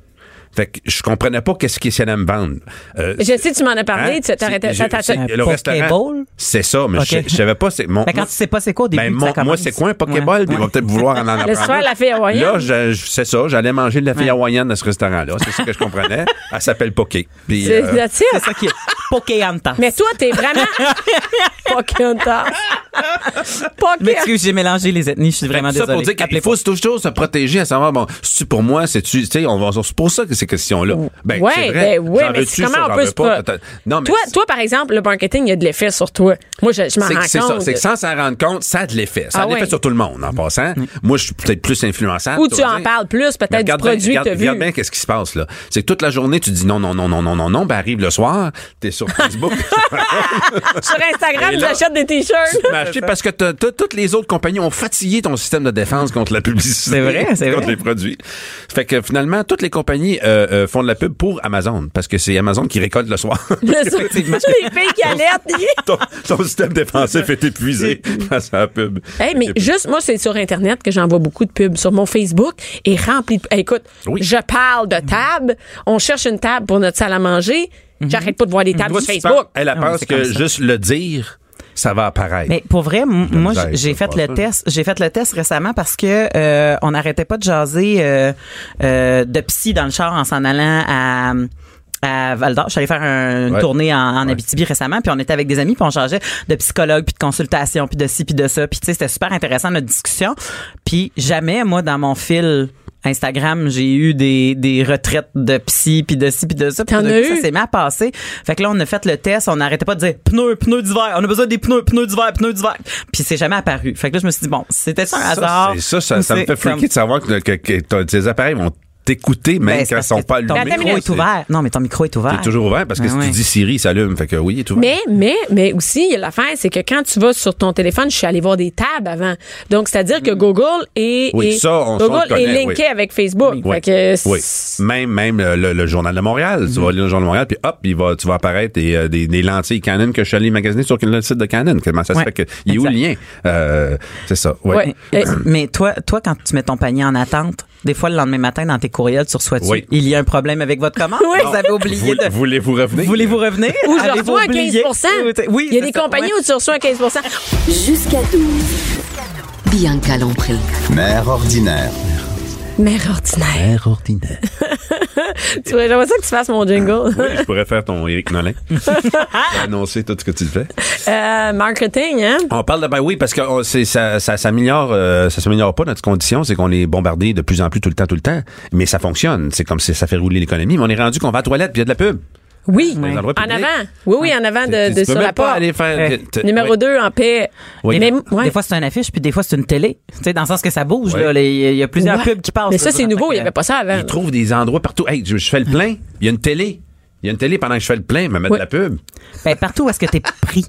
[SPEAKER 5] Fait que je comprenais pas qu'est-ce qu'ils allaient me vendre. Euh,
[SPEAKER 3] Je sais, tu m'en as parlé,
[SPEAKER 5] hein?
[SPEAKER 3] tu t'arrêtais.
[SPEAKER 5] C'est-
[SPEAKER 3] ça t'a-
[SPEAKER 5] c'est-
[SPEAKER 3] ça-
[SPEAKER 4] Un
[SPEAKER 5] le restaurant.
[SPEAKER 4] Pokéball?
[SPEAKER 5] C'est ça, mais
[SPEAKER 4] Ok.
[SPEAKER 5] je, je savais pas. C'est,
[SPEAKER 3] hein?
[SPEAKER 5] mon,
[SPEAKER 4] Mais quand tu sais pas c'est quoi au début,
[SPEAKER 5] Ben,
[SPEAKER 4] que
[SPEAKER 5] mon-
[SPEAKER 4] ça commence.
[SPEAKER 5] moi, c'est quoi un Pokéball? Puis il va
[SPEAKER 4] Ouais.
[SPEAKER 5] peut-être vouloir en, en apprendre.
[SPEAKER 3] Laisse faire la fille hawaïenne.
[SPEAKER 5] Là, je- je- c'est ça. J'allais manger de la fille hawaïenne de ce restaurant-là. C'est ça que je comprenais. Elle s'appelle Poké. Puis,
[SPEAKER 3] c'est-
[SPEAKER 5] euh,
[SPEAKER 3] that's it.
[SPEAKER 4] C'est ça qui est Pokéanta.
[SPEAKER 3] Mais toi, t'es vraiment. pas qu'un temps. Pas
[SPEAKER 4] Mais excuse, j'ai mélangé les ethnies, je suis vraiment
[SPEAKER 5] Fait que ça
[SPEAKER 4] désolée.
[SPEAKER 5] pour dire qu'il
[SPEAKER 4] Appelez
[SPEAKER 5] faut toujours se protéger à savoir bon c'est pour moi c'est tu sais on va c'est pour ça que ces questions là ben
[SPEAKER 3] Ouais,
[SPEAKER 5] c'est vrai
[SPEAKER 3] ben oui,
[SPEAKER 5] J'en
[SPEAKER 3] mais c'est
[SPEAKER 5] veux-tu, ça,
[SPEAKER 3] comment on
[SPEAKER 5] j'en
[SPEAKER 3] peut
[SPEAKER 5] veux
[SPEAKER 3] se
[SPEAKER 5] pas?
[SPEAKER 3] pro-
[SPEAKER 5] Attends. non mais
[SPEAKER 3] toi, toi, par exemple, le marketing, il y a de l'effet sur toi. Moi, je, je m'en
[SPEAKER 5] C'est
[SPEAKER 3] rends
[SPEAKER 5] que c'est ça.
[SPEAKER 3] compte.
[SPEAKER 5] C'est que sans s'en rendre compte, ça a de l'effet. Ça a
[SPEAKER 3] Ah
[SPEAKER 5] de l'effet
[SPEAKER 3] ouais. Mm.
[SPEAKER 5] sur tout le monde, en passant. Moi, je suis peut-être plus influençable.
[SPEAKER 3] Ou
[SPEAKER 5] toi,
[SPEAKER 3] tu en
[SPEAKER 5] dis.
[SPEAKER 3] parles plus, peut-être,
[SPEAKER 5] Mais
[SPEAKER 3] du
[SPEAKER 5] regarde
[SPEAKER 3] produit
[SPEAKER 5] bien-
[SPEAKER 3] que t'as
[SPEAKER 5] regarde-
[SPEAKER 3] vu.
[SPEAKER 5] Regarde bien qu'est-ce qui se passe, là. C'est que toute la journée, tu dis non, non, non, non, non, non, non. Ben, arrive le soir, t'es sur Facebook.
[SPEAKER 3] Sur Instagram,
[SPEAKER 5] Et là-
[SPEAKER 3] j'achète des t-shirts.
[SPEAKER 5] Mais acheter parce que t'as- t'as- toutes les autres compagnies ont fatigué ton système de défense contre la publicité.
[SPEAKER 4] C'est vrai, c'est
[SPEAKER 5] Contre
[SPEAKER 4] vrai.
[SPEAKER 5] les produits. Fait que finalement, toutes les compagnies euh, euh, font de la pub pour Amazon parce que c'est Amazon qui récolte le soir.
[SPEAKER 3] Le soir, les filles qui alertent.
[SPEAKER 5] ton, ton système défensif est épuisé face à la pub.
[SPEAKER 3] Hey, mais
[SPEAKER 5] Et puis-
[SPEAKER 3] juste, moi, c'est sur Internet que j'envoie beaucoup de pubs. Sur mon Facebook, est rempli de. Hey, écoute,
[SPEAKER 5] Oui.
[SPEAKER 3] je parle de table. On cherche une table pour notre salle à manger.
[SPEAKER 5] Mhm.
[SPEAKER 3] J'arrête pas de voir les tables
[SPEAKER 5] Toi,
[SPEAKER 3] sur
[SPEAKER 5] tu
[SPEAKER 3] Facebook.
[SPEAKER 5] penses- Elle elle
[SPEAKER 4] Non, mais
[SPEAKER 5] pense
[SPEAKER 4] c'est
[SPEAKER 5] que
[SPEAKER 4] comme ça.
[SPEAKER 5] juste le dire, ça va apparaître.
[SPEAKER 4] Mais pour vrai, m- moi
[SPEAKER 5] misère,
[SPEAKER 4] j'ai
[SPEAKER 5] ça,
[SPEAKER 4] fait
[SPEAKER 5] pas
[SPEAKER 4] le
[SPEAKER 5] ça.
[SPEAKER 4] test, j'ai fait le test récemment parce que euh, on n'arrêtait pas de jaser euh, euh, de psy dans le char en s'en allant à à Val d'Or, je suis allée faire un- une
[SPEAKER 5] Ouais.
[SPEAKER 4] tournée en, en
[SPEAKER 5] Ouais.
[SPEAKER 4] Abitibi récemment, puis on était avec des amis, puis on changeait de psychologue, puis de consultation, puis de ci, puis de ça, puis tu sais c'était super intéressant notre discussion. Puis jamais moi dans mon fil Instagram, j'ai eu des, des retraites de psy, puis de ci, puis de ça. puis
[SPEAKER 3] T'en
[SPEAKER 4] tout d'un
[SPEAKER 3] as
[SPEAKER 4] coup, ça
[SPEAKER 3] eu?
[SPEAKER 4] s'est mais à passer. Fait que là, on a fait le test, on n'arrêtait pas de dire pneus, pneus d'hiver, on a besoin des pneus, pneus d'hiver, pneus d'hiver. Puis c'est jamais apparu. Fait que là, je me suis dit, bon, c'était ça un hasard.
[SPEAKER 5] c'est ça, ça,
[SPEAKER 4] Ou
[SPEAKER 5] ça me
[SPEAKER 4] c'est
[SPEAKER 5] fait freaker de savoir que, que- que ton- tes appareils vont t'écouter
[SPEAKER 4] Ben,
[SPEAKER 5] même
[SPEAKER 4] c'est
[SPEAKER 5] quand ils
[SPEAKER 4] parce
[SPEAKER 5] sont
[SPEAKER 4] que
[SPEAKER 5] pas
[SPEAKER 4] Ton
[SPEAKER 5] allumés.
[SPEAKER 4] micro est
[SPEAKER 5] C'est-
[SPEAKER 4] ouvert. Non, mais ton micro est
[SPEAKER 5] Il
[SPEAKER 4] ouvert.
[SPEAKER 5] est toujours ouvert parce que
[SPEAKER 4] Ah
[SPEAKER 5] si
[SPEAKER 4] ouais.
[SPEAKER 5] tu dis Siri, ça allume. Fait que oui, il est ouvert.
[SPEAKER 3] Mais, mais, mais aussi, il y a l'affaire, c'est que quand tu vas sur ton téléphone, je suis allée voir des tables avant. Donc, c'est-à-dire que Google est,
[SPEAKER 5] Mhm. Oui,
[SPEAKER 3] est-
[SPEAKER 5] ça, on- ça, on
[SPEAKER 3] Google
[SPEAKER 5] le connaît,
[SPEAKER 3] est linké
[SPEAKER 5] oui.
[SPEAKER 3] avec Facebook.
[SPEAKER 5] Oui.
[SPEAKER 3] Fait que
[SPEAKER 5] Oui.
[SPEAKER 3] c'est- Mhm.
[SPEAKER 5] Même, même euh, le, le Journal de Montréal. Tu vas lire le Journal de Montréal, puis hop, il va, tu vas apparaître et, euh, des, des lentilles Canon que je suis allé magasiner sur le site de Canon. Comment ça se
[SPEAKER 4] Ouais.
[SPEAKER 5] fait que. Il est où le lien? Euh, c'est ça. Ouais.
[SPEAKER 3] Ouais.
[SPEAKER 4] Mais- euh, Mais toi, toi, quand tu mets ton panier en attente, des fois le lendemain matin dans tes courriels, tu reçois
[SPEAKER 5] Oui.
[SPEAKER 4] il y a un problème avec votre commande.
[SPEAKER 3] Oui.
[SPEAKER 4] Vous avez oublié
[SPEAKER 5] Vous-
[SPEAKER 4] de.
[SPEAKER 5] Voulez-vous revenir?
[SPEAKER 4] Voulez-vous revenir?
[SPEAKER 3] Ou je
[SPEAKER 4] Avez-vous
[SPEAKER 3] reçois un
[SPEAKER 4] oublié?
[SPEAKER 3] 15
[SPEAKER 4] Oui,
[SPEAKER 3] Il y a
[SPEAKER 4] c'est
[SPEAKER 3] des
[SPEAKER 4] ça,
[SPEAKER 3] compagnies
[SPEAKER 4] ouais.
[SPEAKER 3] où tu reçois un 15
[SPEAKER 1] Jusqu'à 12. Bianca Lompré.
[SPEAKER 2] Mère ordinaire.
[SPEAKER 3] Mère ordinaire.
[SPEAKER 5] Mère ordinaire.
[SPEAKER 3] Tu vois, J'aimerais ça que tu fasses mon jingle.
[SPEAKER 5] Oui, je pourrais faire ton Éric Nolin. annoncer tout ce que tu fais.
[SPEAKER 3] Euh, marketing, hein?
[SPEAKER 5] On parle de ben oui parce que on- c'est- ça ça s'améliore euh, ça s'améliore pas notre condition c'est qu'on est bombardé de plus en plus tout le temps tout le temps mais ça fonctionne c'est comme si ça fait rouler l'économie mais on est rendu qu'on va à la toilette puis il y a de la pub
[SPEAKER 3] Oui.
[SPEAKER 5] Dans les endroits
[SPEAKER 3] En
[SPEAKER 5] publics.
[SPEAKER 3] avant. Oui, oui, en avant de,
[SPEAKER 5] Tu-
[SPEAKER 3] de
[SPEAKER 5] tu peux
[SPEAKER 3] sur
[SPEAKER 5] même
[SPEAKER 3] la
[SPEAKER 5] pas
[SPEAKER 3] porte.
[SPEAKER 5] aller faire
[SPEAKER 4] Ouais.
[SPEAKER 5] tu-
[SPEAKER 3] Numéro
[SPEAKER 5] ouais.
[SPEAKER 3] 2 en paix.
[SPEAKER 5] Oui.
[SPEAKER 3] Mais, ouais.
[SPEAKER 4] Des fois, c'est une affiche, puis des fois, c'est une télé. Tu sais, dans le sens que ça bouge,
[SPEAKER 5] Ouais.
[SPEAKER 4] là. les- Il y a plusieurs
[SPEAKER 3] Ouais.
[SPEAKER 4] pubs qui passent.
[SPEAKER 3] Mais ça,
[SPEAKER 4] là,
[SPEAKER 3] c'est
[SPEAKER 4] durant
[SPEAKER 3] nouveau.
[SPEAKER 4] la-
[SPEAKER 3] Il n'y avait pas ça avant.
[SPEAKER 4] Ben,
[SPEAKER 5] Ils trouvent des endroits partout. Hey, je, je fais le
[SPEAKER 4] Hmm.
[SPEAKER 5] plein. Il y a une télé. Il y a une télé pendant que je fais le plein, me mettre
[SPEAKER 3] Oui.
[SPEAKER 5] de la pub.
[SPEAKER 4] Ben, partout où est-ce que t'es pris.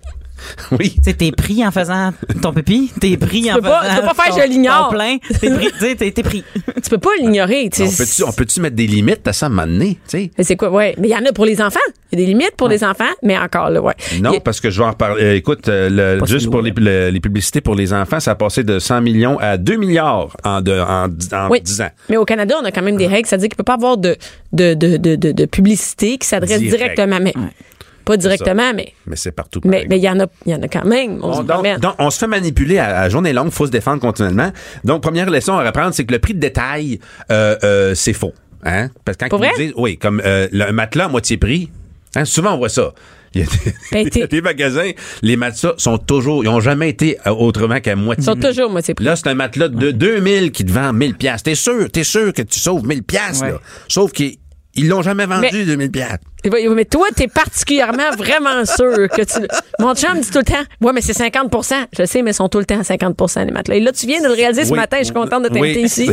[SPEAKER 4] tu
[SPEAKER 5] Oui.
[SPEAKER 4] sais, t'es pris en faisant ton pipi. T'es pris en
[SPEAKER 3] peux pas-
[SPEAKER 4] faisant.
[SPEAKER 3] tu peux pas faire
[SPEAKER 4] ton-
[SPEAKER 3] je l'ignore.
[SPEAKER 4] ton plein. T'es pris. Tu sais, t'es- t'es pris.
[SPEAKER 3] Tu peux pas l'ignorer. tu
[SPEAKER 5] On
[SPEAKER 3] sais.
[SPEAKER 5] peut-tu, on peut-tu mettre des limites à ça à un moment donné, tu sais?
[SPEAKER 3] Mais C'est quoi, ouais. Mais il y en a pour les enfants. Il y a des limites pour les enfants, mais encore, là, ouais.
[SPEAKER 5] Non,
[SPEAKER 3] Il-
[SPEAKER 5] parce que je vais en reparler. Euh, écoute, euh, le-
[SPEAKER 4] Pas
[SPEAKER 5] juste
[SPEAKER 4] si
[SPEAKER 5] pour
[SPEAKER 4] loin.
[SPEAKER 5] les, le- les publicités pour les enfants, ça a passé de 100 millions à 2 milliards en, de, en, dix- en
[SPEAKER 3] Oui.
[SPEAKER 5] 10 ans. Ah.
[SPEAKER 3] Mais au Canada, on a quand même des règles. C'est-à-dire qu'il peut pas avoir de, de, de, de, de, de publicité qui s'adresse
[SPEAKER 5] Direct.
[SPEAKER 3] directement, mais. Pas directement, mais.
[SPEAKER 5] Mais c'est partout.
[SPEAKER 3] Mais
[SPEAKER 5] pareil.
[SPEAKER 3] mais il y en a, il y en a quand même. On,
[SPEAKER 5] On,
[SPEAKER 3] se
[SPEAKER 5] donc,
[SPEAKER 3] promène.
[SPEAKER 5] donc, on se fait manipuler à, à journée longue, faut se défendre continuellement. Donc, première leçon à reprendre, c'est que le prix de détail, euh, euh, c'est faux. Hein? Parce que quand
[SPEAKER 3] Pour
[SPEAKER 5] ils
[SPEAKER 3] vrai?
[SPEAKER 5] nous disent, oui, comme euh, le un matelas à moitié prix, hein, souvent on voit ça. Il y a des,
[SPEAKER 3] Ben,
[SPEAKER 5] il y a
[SPEAKER 3] t'es-
[SPEAKER 5] des magasins, les matelas sont toujours, ils ont jamais été euh, autrement qu'à moitié
[SPEAKER 3] Ils sont
[SPEAKER 5] prix.
[SPEAKER 3] toujours, moi, c'est
[SPEAKER 5] Là, c'est un matelas de 2000 qui te vend 1000 pièces. T'es sûr, t'es sûr que tu sauves 1000 pièces, là.
[SPEAKER 4] Ouais.
[SPEAKER 5] Sauf qu'ils ils l'ont jamais vendu,
[SPEAKER 3] Mais-
[SPEAKER 5] 2000 pièces.
[SPEAKER 3] Oui, Mais toi, t'es particulièrement vraiment sûr que tu. Mon chum dit tout le temps, ouais, mais c'est 50 Je sais, mais ils sont tout le temps à 50 les matelas. Et là, tu viens de le réaliser ce
[SPEAKER 5] Oui.
[SPEAKER 3] matin. Je suis contente de t'inviter
[SPEAKER 5] Oui.
[SPEAKER 3] ici.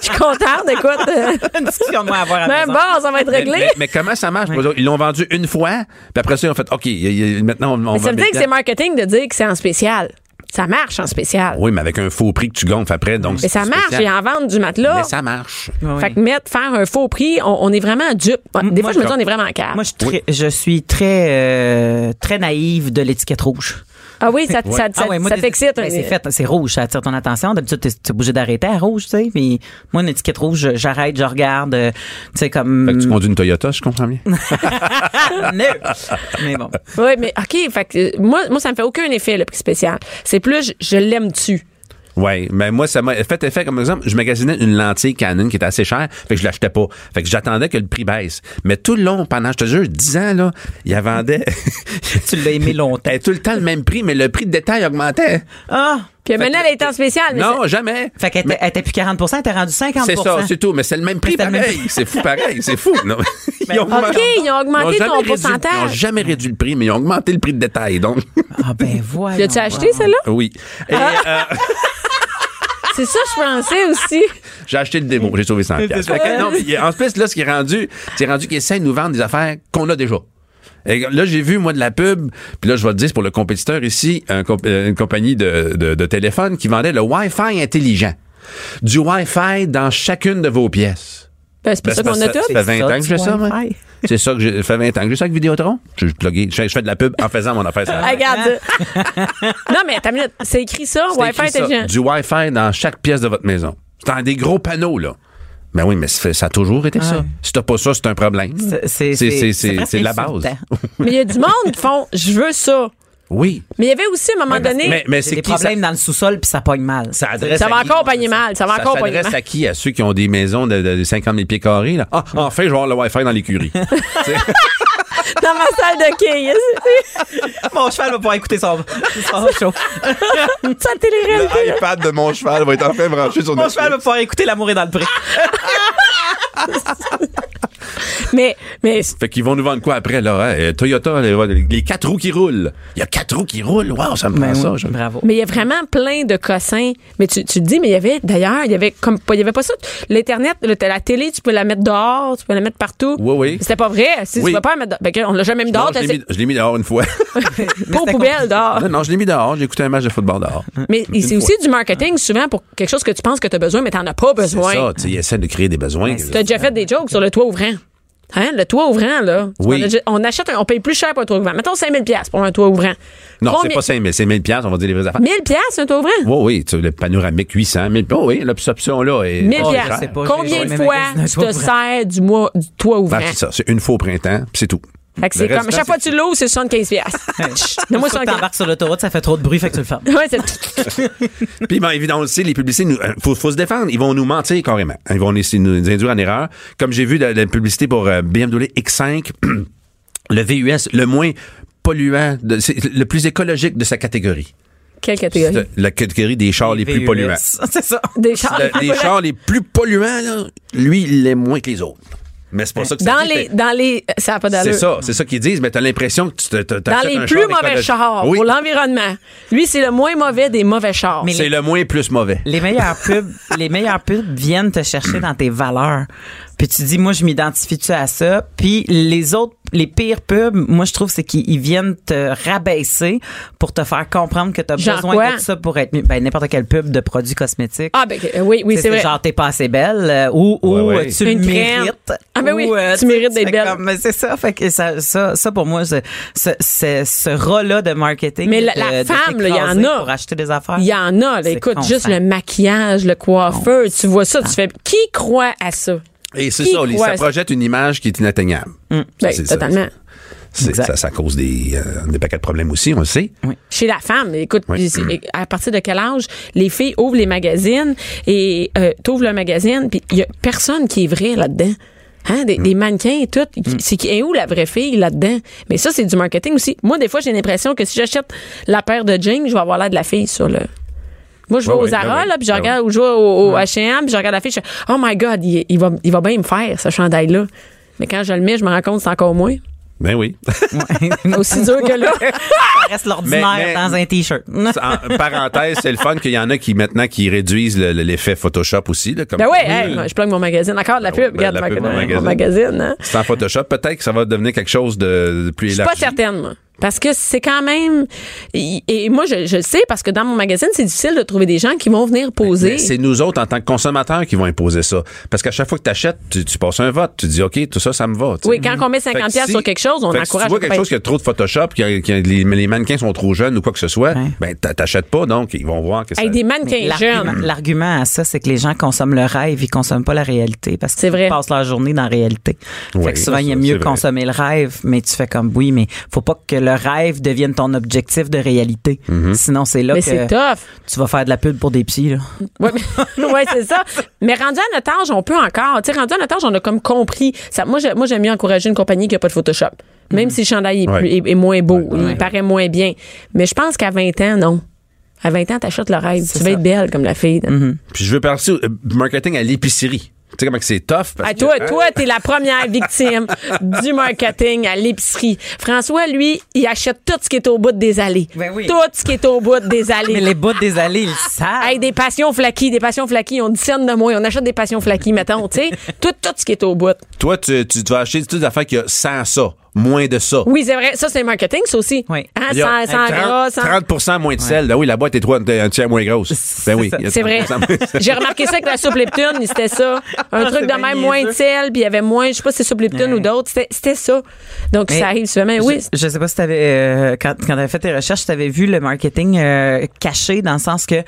[SPEAKER 3] Je suis contente, écoute.
[SPEAKER 4] Une discussion de moi à avoir à la
[SPEAKER 3] Même
[SPEAKER 4] maison.
[SPEAKER 3] bon, ça va être
[SPEAKER 5] Mais,
[SPEAKER 3] réglé.
[SPEAKER 5] mais- mais comment ça marche? Ils l'ont vendu une fois, puis après ça, ils ont fait, OK, y- y- maintenant, on, on
[SPEAKER 3] Mais ça
[SPEAKER 5] vend
[SPEAKER 3] veut
[SPEAKER 5] 1000
[SPEAKER 3] dire que c'est marketing de dire que c'est en spécial. Ça marche en spécial.
[SPEAKER 5] Oui, mais avec un faux prix que tu gonfles après, donc
[SPEAKER 3] Mais Hmm. ça
[SPEAKER 5] c'est
[SPEAKER 3] marche,
[SPEAKER 5] spécial.
[SPEAKER 3] et en vente du matelas.
[SPEAKER 5] Mais ça marche.
[SPEAKER 4] Oui.
[SPEAKER 3] Fait que mettre, faire un faux prix, on, on est vraiment dupe. Des fois,
[SPEAKER 4] moi,
[SPEAKER 3] je me dis,
[SPEAKER 4] je-
[SPEAKER 3] on est vraiment cave.
[SPEAKER 4] Moi, je, suis très- je suis très, euh, très naïve de l'étiquette rouge.
[SPEAKER 3] Ah oui, ça, ça, ça,
[SPEAKER 4] Ah ouais, moi,
[SPEAKER 3] ça
[SPEAKER 4] des-
[SPEAKER 3] t'excite. hein.
[SPEAKER 4] ben, c'est fait, c'est rouge, ça attire ton attention. D'habitude, t'es- t'es obligé d'arrêter à rouge, tu sais. Mais moi, une étiquette rouge, je- j'arrête, je regarde, euh, tu sais, comme.
[SPEAKER 5] Fait que tu conduis une Toyota, je comprends bien.
[SPEAKER 4] No. mais bon.
[SPEAKER 3] Oui, mais OK, fait que, euh, moi, moi, ça me fait aucun effet, le prix spécial. C'est plus, je, je l'aime-tu.
[SPEAKER 5] ouais, mais moi, ça m'a fait effet, comme exemple, je magasinais une lentille Canon qui était assez chère, fait que je l'achetais pas. Fait que j'attendais que le prix baisse. Mais tout le long, pendant, je te jure, 10 ans, là, il la vendait.
[SPEAKER 4] Tu l'as aimé longtemps.
[SPEAKER 5] T'avais tout le temps le même prix, mais le prix de détail augmentait.
[SPEAKER 4] Ah!
[SPEAKER 3] Puis maintenant, elle est en spécial. Ah, Mais
[SPEAKER 5] non, jamais.
[SPEAKER 4] Fait qu'elle était- elle était plus 40 elle était rendue 50
[SPEAKER 5] C'est ça, c'est tout. Mais c'est le même prix
[SPEAKER 4] C'était le même
[SPEAKER 5] pareil. C'est fou pareil. C'est fou. Non. Ils ont
[SPEAKER 4] OK,
[SPEAKER 5] augmenté-
[SPEAKER 3] ils ont augmenté
[SPEAKER 5] jamais
[SPEAKER 3] ton
[SPEAKER 5] réduit-
[SPEAKER 3] pourcentage.
[SPEAKER 5] Ils n'ont jamais réduit le prix, mais ils ont augmenté le prix de détail. Donc,
[SPEAKER 4] Ah, ben voilà.
[SPEAKER 3] L'as-tu acheté, celle-là?
[SPEAKER 5] oui. Et, euh,
[SPEAKER 3] C'est ça, je pensais aussi.
[SPEAKER 5] J'ai acheté le démo, j'ai sauvé 100 piastres. Fait que, non, mais il y a- en plus, là, ce qui est rendu, c'est rendu qu'ils essaient de nous vendre des affaires qu'on a déjà. Et là, j'ai vu, moi, de la pub, puis là, je vais te dire, c'est pour le compétiteur ici, un comp- euh, une compagnie de, de, de téléphone qui vendait le Wi-Fi intelligent. Du Wi-Fi dans chacune de vos pièces.
[SPEAKER 3] Ben, c'est pour
[SPEAKER 5] Ben,
[SPEAKER 3] ça
[SPEAKER 5] c'est
[SPEAKER 3] qu'on a
[SPEAKER 5] parce que
[SPEAKER 3] tout.
[SPEAKER 5] Ça fait 20
[SPEAKER 4] ça,
[SPEAKER 5] ans que
[SPEAKER 4] du
[SPEAKER 5] je fais ça, moi.
[SPEAKER 4] Wi-Fi.
[SPEAKER 5] C'est ça que j'ai fait 20 ans que je fais ça avec Vidéotron. Je, je, pluguais- je, fais- je fais de la pub en faisant mon affaire. ça.
[SPEAKER 3] Ah, Regarde. non, mais attends une minute. C'est écrit ça,
[SPEAKER 5] C'est
[SPEAKER 3] Wi-Fi
[SPEAKER 5] écrit ça,
[SPEAKER 3] intelligent.
[SPEAKER 5] Du Wi-Fi dans chaque pièce de votre maison. C'est dans des gros panneaux, là. Ben oui, mais ça fait- ça a toujours été ça. Si t'as pas ça, c'est un problème.
[SPEAKER 4] C'est- c'est-
[SPEAKER 5] C'est- c'est-
[SPEAKER 4] c'est
[SPEAKER 5] c'est-
[SPEAKER 4] presque
[SPEAKER 5] c'est la base.
[SPEAKER 4] insultant.
[SPEAKER 3] Mais il y a du monde qui font, je veux ça.
[SPEAKER 5] Oui.
[SPEAKER 3] Mais il y avait aussi, à un moment donné.
[SPEAKER 5] Mais, mais
[SPEAKER 4] C'est
[SPEAKER 5] Eh, c'est
[SPEAKER 4] des
[SPEAKER 5] qui ça,
[SPEAKER 4] problèmes dans le sous-sol, puis ça pogne mal.
[SPEAKER 5] ça adresse
[SPEAKER 3] Ça va
[SPEAKER 5] à qui?
[SPEAKER 3] encore pogner mal, ça va encore pogner
[SPEAKER 5] s'adresse
[SPEAKER 3] mal.
[SPEAKER 5] à qui? À ceux qui ont des maisons de, de 50 000 pieds carrés, là. Ah, enfin, je vais avoir le Wi-Fi dans l'écurie. T'sais,
[SPEAKER 3] dans ma salle de quai.
[SPEAKER 4] Mon cheval va pouvoir écouter son, son show.
[SPEAKER 3] Ça télé
[SPEAKER 5] le iPad de mon cheval va être enfin branché sur
[SPEAKER 4] Mon
[SPEAKER 5] Netflix.
[SPEAKER 4] cheval va pouvoir écouter L'amour est dans le pré.
[SPEAKER 5] Ah,
[SPEAKER 3] Mais, mais
[SPEAKER 5] Fait qu'ils vont nous vendre quoi après, là? hein? Euh, Toyota, les, les quatre roues qui roulent. Il y a quatre roues qui roulent. Wow, ça me prend
[SPEAKER 4] Ben
[SPEAKER 5] ça.
[SPEAKER 4] oui,
[SPEAKER 5] je-
[SPEAKER 4] Bravo.
[SPEAKER 3] Mais il y a vraiment plein de cossins. Mais tu, tu te dis, mais il y avait, d'ailleurs, il y avait comme, pas- il y avait pas ça. L'Internet, le- la télé, tu peux la mettre dehors, tu peux la mettre partout.
[SPEAKER 5] Oui, oui.
[SPEAKER 3] C'était pas vrai. Si
[SPEAKER 5] Oui.
[SPEAKER 3] tu peux pas la mettre dehors. Ben, que on l'a jamais mis dehors.
[SPEAKER 5] Non, je
[SPEAKER 3] t'as-
[SPEAKER 5] l'ai mis- je l'ai mis dehors une fois. Ah,
[SPEAKER 3] c'est pas aux poubelles dehors.
[SPEAKER 5] Non, non, je l'ai mis dehors. J'ai écouté un match de football dehors.
[SPEAKER 3] Mais
[SPEAKER 5] Une
[SPEAKER 3] c'est
[SPEAKER 5] fois.
[SPEAKER 3] aussi du marketing, souvent, pour quelque chose que tu penses que tu as besoin, mais t'en as pas
[SPEAKER 5] C'est ça,
[SPEAKER 3] besoin.
[SPEAKER 5] tu sais, ils essaient de créer des besoins.
[SPEAKER 3] T'as déjà fait des jokes sur le toit ouvrant. Hein? Le toit ouvrant, là.
[SPEAKER 5] Oui.
[SPEAKER 3] On, a déjà- on achète, un- on paye plus cher pour un toit ouvrant. Mettons 5000 pièces pour un toit ouvrant.
[SPEAKER 5] non, c'est
[SPEAKER 3] Combien-
[SPEAKER 5] pas 5 000, c'est 1000 piastres, on va dire les vraies affaires.
[SPEAKER 3] 1000 piastres, un toit ouvrant?
[SPEAKER 5] Oui, oui, tu sais, le panoramique 800, 1000 oh, oui, l'option-là est...
[SPEAKER 3] 1000
[SPEAKER 4] Oh, je
[SPEAKER 3] piastres.
[SPEAKER 4] sais pas, j'ai
[SPEAKER 3] Combien
[SPEAKER 4] jamais
[SPEAKER 3] de fois
[SPEAKER 4] magasiné un
[SPEAKER 3] tu
[SPEAKER 4] toit
[SPEAKER 3] te
[SPEAKER 4] ouvrant.
[SPEAKER 3] sers du, mois, du toit ouvrant?
[SPEAKER 5] Ben, c'est ça, c'est une fois au printemps, puis c'est tout.
[SPEAKER 3] Fait que c'est
[SPEAKER 5] Le
[SPEAKER 3] comme,
[SPEAKER 5] restant,
[SPEAKER 3] chaque fois que tu l'ouvres, c'est 75 piastres. Donne-moi
[SPEAKER 4] Surtout que
[SPEAKER 3] 75.
[SPEAKER 4] t'embarques sur l'autoroute, ça fait trop de bruit, fait que tu le fermes.
[SPEAKER 3] Ouais, c'est-
[SPEAKER 5] Puis, ben, évidemment, on le sait, les publicités, nous, euh, faut, faut se défendre. Ils vont nous mentir carrément. Ils vont essayer de nous induire en erreur. Comme j'ai vu la, la publicité pour euh, BMW X5, le VUS, le moins polluant, de- c'est le plus écologique de sa catégorie.
[SPEAKER 3] Quelle
[SPEAKER 5] C'est
[SPEAKER 3] catégorie?
[SPEAKER 5] de- la catégorie des chars Oh, les plus
[SPEAKER 4] VUS.
[SPEAKER 5] polluants.
[SPEAKER 4] C'est ça.
[SPEAKER 3] Des chars.
[SPEAKER 5] Le- les chars les plus polluants, là, lui, il est moins que les autres. Mais c'est pas ça que ça
[SPEAKER 3] Dans
[SPEAKER 5] dit,
[SPEAKER 3] les,
[SPEAKER 5] mais-
[SPEAKER 3] dans les, ça n'a pas
[SPEAKER 5] C'est
[SPEAKER 3] d'allure.
[SPEAKER 5] ça, c'est ça qu'ils disent, mais t'as l'impression que tu te, te-
[SPEAKER 3] Dans
[SPEAKER 5] t'achètes
[SPEAKER 3] les
[SPEAKER 5] un
[SPEAKER 3] plus
[SPEAKER 5] char
[SPEAKER 3] mauvais
[SPEAKER 5] écologique.
[SPEAKER 3] chars
[SPEAKER 5] Oui,
[SPEAKER 3] pour l'environnement. Lui, c'est le moins mauvais des mauvais chars.
[SPEAKER 4] Mais-
[SPEAKER 5] c'est le moins plus mauvais.
[SPEAKER 4] Les meilleurs pubs, les meilleurs pubs viennent te chercher dans tes valeurs. Puis tu dis, moi, je m'identifie-tu à ça? Puis les autres, les pires pubs, moi, je trouve, c'est qu'ils ils viennent te rabaisser pour te faire comprendre que t'as
[SPEAKER 3] Genre
[SPEAKER 4] besoin
[SPEAKER 3] quoi?
[SPEAKER 4] de tout ça pour être mieux. Ben, n'importe quel pub de produits cosmétiques.
[SPEAKER 3] Ah, ben, euh, oui, oui,
[SPEAKER 4] Tu sais,
[SPEAKER 3] c'est vrai.
[SPEAKER 4] Genre, t'es pas assez belle, euh, ou, ou
[SPEAKER 5] Ouais, ouais.
[SPEAKER 4] euh, tu le
[SPEAKER 3] Une crème.
[SPEAKER 4] mérites.
[SPEAKER 3] Ah, ben oui,
[SPEAKER 4] ou,
[SPEAKER 3] tu mérites d'être
[SPEAKER 4] fais
[SPEAKER 3] belle.
[SPEAKER 4] comme- mais c'est ça, fait que ça, ça, ça pour moi, c'est- ce, ce, ce rat-là de marketing.
[SPEAKER 3] Mais la-
[SPEAKER 4] de-
[SPEAKER 3] la
[SPEAKER 4] de
[SPEAKER 3] femme, là, il y en
[SPEAKER 4] t'écraser
[SPEAKER 3] a.
[SPEAKER 4] Pour acheter des affaires.
[SPEAKER 3] Il y en a, là.
[SPEAKER 4] C'est
[SPEAKER 3] Écoute, juste
[SPEAKER 4] constant.
[SPEAKER 3] le maquillage, le coiffeur, tu vois ça, tu fais, qui croit à ça?
[SPEAKER 5] Et c'est
[SPEAKER 3] Qui
[SPEAKER 5] ça, les-
[SPEAKER 3] croit
[SPEAKER 5] ça
[SPEAKER 3] à ça?
[SPEAKER 5] projette une image qui est inatteignable. Ça,
[SPEAKER 3] Ben,
[SPEAKER 5] c'est ça,
[SPEAKER 3] totalement.
[SPEAKER 5] C'est-
[SPEAKER 4] Exact.
[SPEAKER 5] Ça, ça cause des, euh, des paquets de problèmes aussi, on le sait.
[SPEAKER 3] Chez la femme, écoute,
[SPEAKER 5] Oui. Mm.
[SPEAKER 3] c'est- à partir de quel âge les filles ouvrent les magazines et euh, t'ouvres le magazine, puis il y a personne qui est vrai là-dedans. Hein,
[SPEAKER 5] Mm.
[SPEAKER 3] des, des mannequins et tout. C'est qui est où la vraie fille là-dedans? Mais ça, c'est du marketing aussi. Moi, des fois, j'ai l'impression que si j'achète la paire de jeans, je vais avoir l'air de la fille sur le. Moi, je vais
[SPEAKER 5] Ouais,
[SPEAKER 3] aux
[SPEAKER 5] ouais,
[SPEAKER 3] Zara,
[SPEAKER 5] ben ouais,
[SPEAKER 3] là, puis je
[SPEAKER 5] ben
[SPEAKER 3] regarde, ou je vais au, au H&M, puis je regarde la fille, je fais, oh my God, il, il va, il va bien me faire, ce chandail-là. Mais quand je le mets, je me rends compte que c'est encore moins.
[SPEAKER 5] Ben oui.
[SPEAKER 3] Aussi dur que là.
[SPEAKER 4] ça reste l'ordinaire
[SPEAKER 5] Mais- mais-
[SPEAKER 4] dans un t-shirt.
[SPEAKER 5] en parenthèse, c'est le fun qu'il y en a qui maintenant qui réduisent le- le- l'effet Photoshop aussi. Là, comme euh,
[SPEAKER 3] Ben ouais, hey, je plug mon magazine. Encore de la
[SPEAKER 5] Ben ouais,
[SPEAKER 3] pub, regarde
[SPEAKER 5] la
[SPEAKER 3] ma-
[SPEAKER 5] pub, mon
[SPEAKER 3] mon magazine.
[SPEAKER 5] magazine.
[SPEAKER 3] hein.
[SPEAKER 5] Sans Photoshop, peut-être que ça va devenir quelque chose de, de plus
[SPEAKER 3] Je suis
[SPEAKER 5] élargi.
[SPEAKER 3] pas certaine, moi. Parce que c'est quand même. Et et moi, je, je le sais, parce que dans mon magazine, c'est difficile de trouver des gens qui vont venir poser.
[SPEAKER 5] Mais C'est nous autres, en tant que consommateurs, qui vont imposer ça. Parce qu'à chaque fois que t'achètes, tu, tu passes un vote. Tu dis, OK, tout ça, ça me va. tu sais.
[SPEAKER 3] Oui, quand on met 50$
[SPEAKER 5] Fait que si-
[SPEAKER 3] sur quelque chose, on
[SPEAKER 5] fait que Si
[SPEAKER 3] encourage
[SPEAKER 5] tu vois
[SPEAKER 3] le
[SPEAKER 5] quelque chose qui a trop de Photoshop, qui a- qui a- les, les mannequins sont trop jeunes ou quoi que ce soit, ben t'a- t'achètes pas, donc ils vont voir que ça.
[SPEAKER 3] Hey, des mannequins
[SPEAKER 4] L'argument-
[SPEAKER 3] jeunes.
[SPEAKER 4] L'argument à ça, c'est que les gens consomment le rêve, ils consomment pas la réalité parce
[SPEAKER 3] C'est
[SPEAKER 4] qu'ils
[SPEAKER 3] vrai.
[SPEAKER 4] passent leur journée dans la réalité.
[SPEAKER 5] Oui,
[SPEAKER 4] fait que souvent,
[SPEAKER 5] ça,
[SPEAKER 4] il aime
[SPEAKER 5] c'est
[SPEAKER 4] mieux
[SPEAKER 5] vrai.
[SPEAKER 4] consommer le rêve, mais tu fais comme oui, mais faut pas que le rêve devienne ton objectif de réalité.
[SPEAKER 5] Mhm.
[SPEAKER 4] Sinon, c'est là
[SPEAKER 3] Mais c'est
[SPEAKER 4] que
[SPEAKER 5] euh,
[SPEAKER 3] tough.
[SPEAKER 4] tu vas faire de la pub pour des petits. Là.
[SPEAKER 3] Oui, ouais, c'est ça. Mais rendu à notre âge, on peut encore. Tu sais, rendu à notre âge, on a comme compris. Ça, moi, j'ai- moi, j'aime mieux encourager une compagnie qui n'a pas de Photoshop. Même si le chandail est,
[SPEAKER 5] Mm. Ouais.
[SPEAKER 3] plus- est- est moins beau, il paraît moins bien. Mais je pense qu'à 20 ans, non. À 20 ans, t'achètes le rêve. Tu vas être belle comme la fille. Ah,
[SPEAKER 5] Puis je veux parler au marketing à l'épicerie. Tu sais comment que c'est tough. parce
[SPEAKER 3] Ah,
[SPEAKER 5] que-
[SPEAKER 3] toi,
[SPEAKER 5] hein?
[SPEAKER 3] toi, t'es la première victime du marketing à l'épicerie. François, lui, il achète tout ce qui est au bout des allées.
[SPEAKER 4] Ben oui.
[SPEAKER 3] Tout ce qui est au bout des allées.
[SPEAKER 4] Mais les bouts des allées, ils le savent.
[SPEAKER 3] Hey, des passions flaquies, des passions flaquies, on discerne de moins, on achète des passions flaquies, mettons, tu sais, tout, tout ce qui est au bout.
[SPEAKER 5] Toi, tu, tu vas acheter toutes les affaires qu'il y a sans ça, moins de ça.
[SPEAKER 3] Oui, c'est vrai, ça c'est marketing, ça aussi.
[SPEAKER 4] Oui.
[SPEAKER 3] Hein,
[SPEAKER 5] Il y a
[SPEAKER 3] sans, sans gras, sans-
[SPEAKER 5] 30, 30 moins de sel. Ben oui, la boîte est trois, un tiers moins grosse. Ben oui.
[SPEAKER 4] ça.
[SPEAKER 5] il y a
[SPEAKER 3] C'est vrai.
[SPEAKER 5] 30% moins de sel.
[SPEAKER 3] J'ai remarqué ça avec la soupe Leptune, c'était ça. Un
[SPEAKER 4] Ah,
[SPEAKER 3] truc
[SPEAKER 4] c'est
[SPEAKER 3] de
[SPEAKER 4] bien
[SPEAKER 3] même, moins de
[SPEAKER 4] niaiseux.
[SPEAKER 3] sel, puis il y avait moins, je sais pas si c'est soupe Leptune
[SPEAKER 4] Ouais.
[SPEAKER 3] ou d'autres, c'était- c'était ça. Donc
[SPEAKER 4] Mais
[SPEAKER 3] ça arrive souvent, Ben oui.
[SPEAKER 4] Je, je sais pas si t'avais euh, quand quand t'avais fait tes recherches, t'avais vu le marketing euh, caché dans le sens que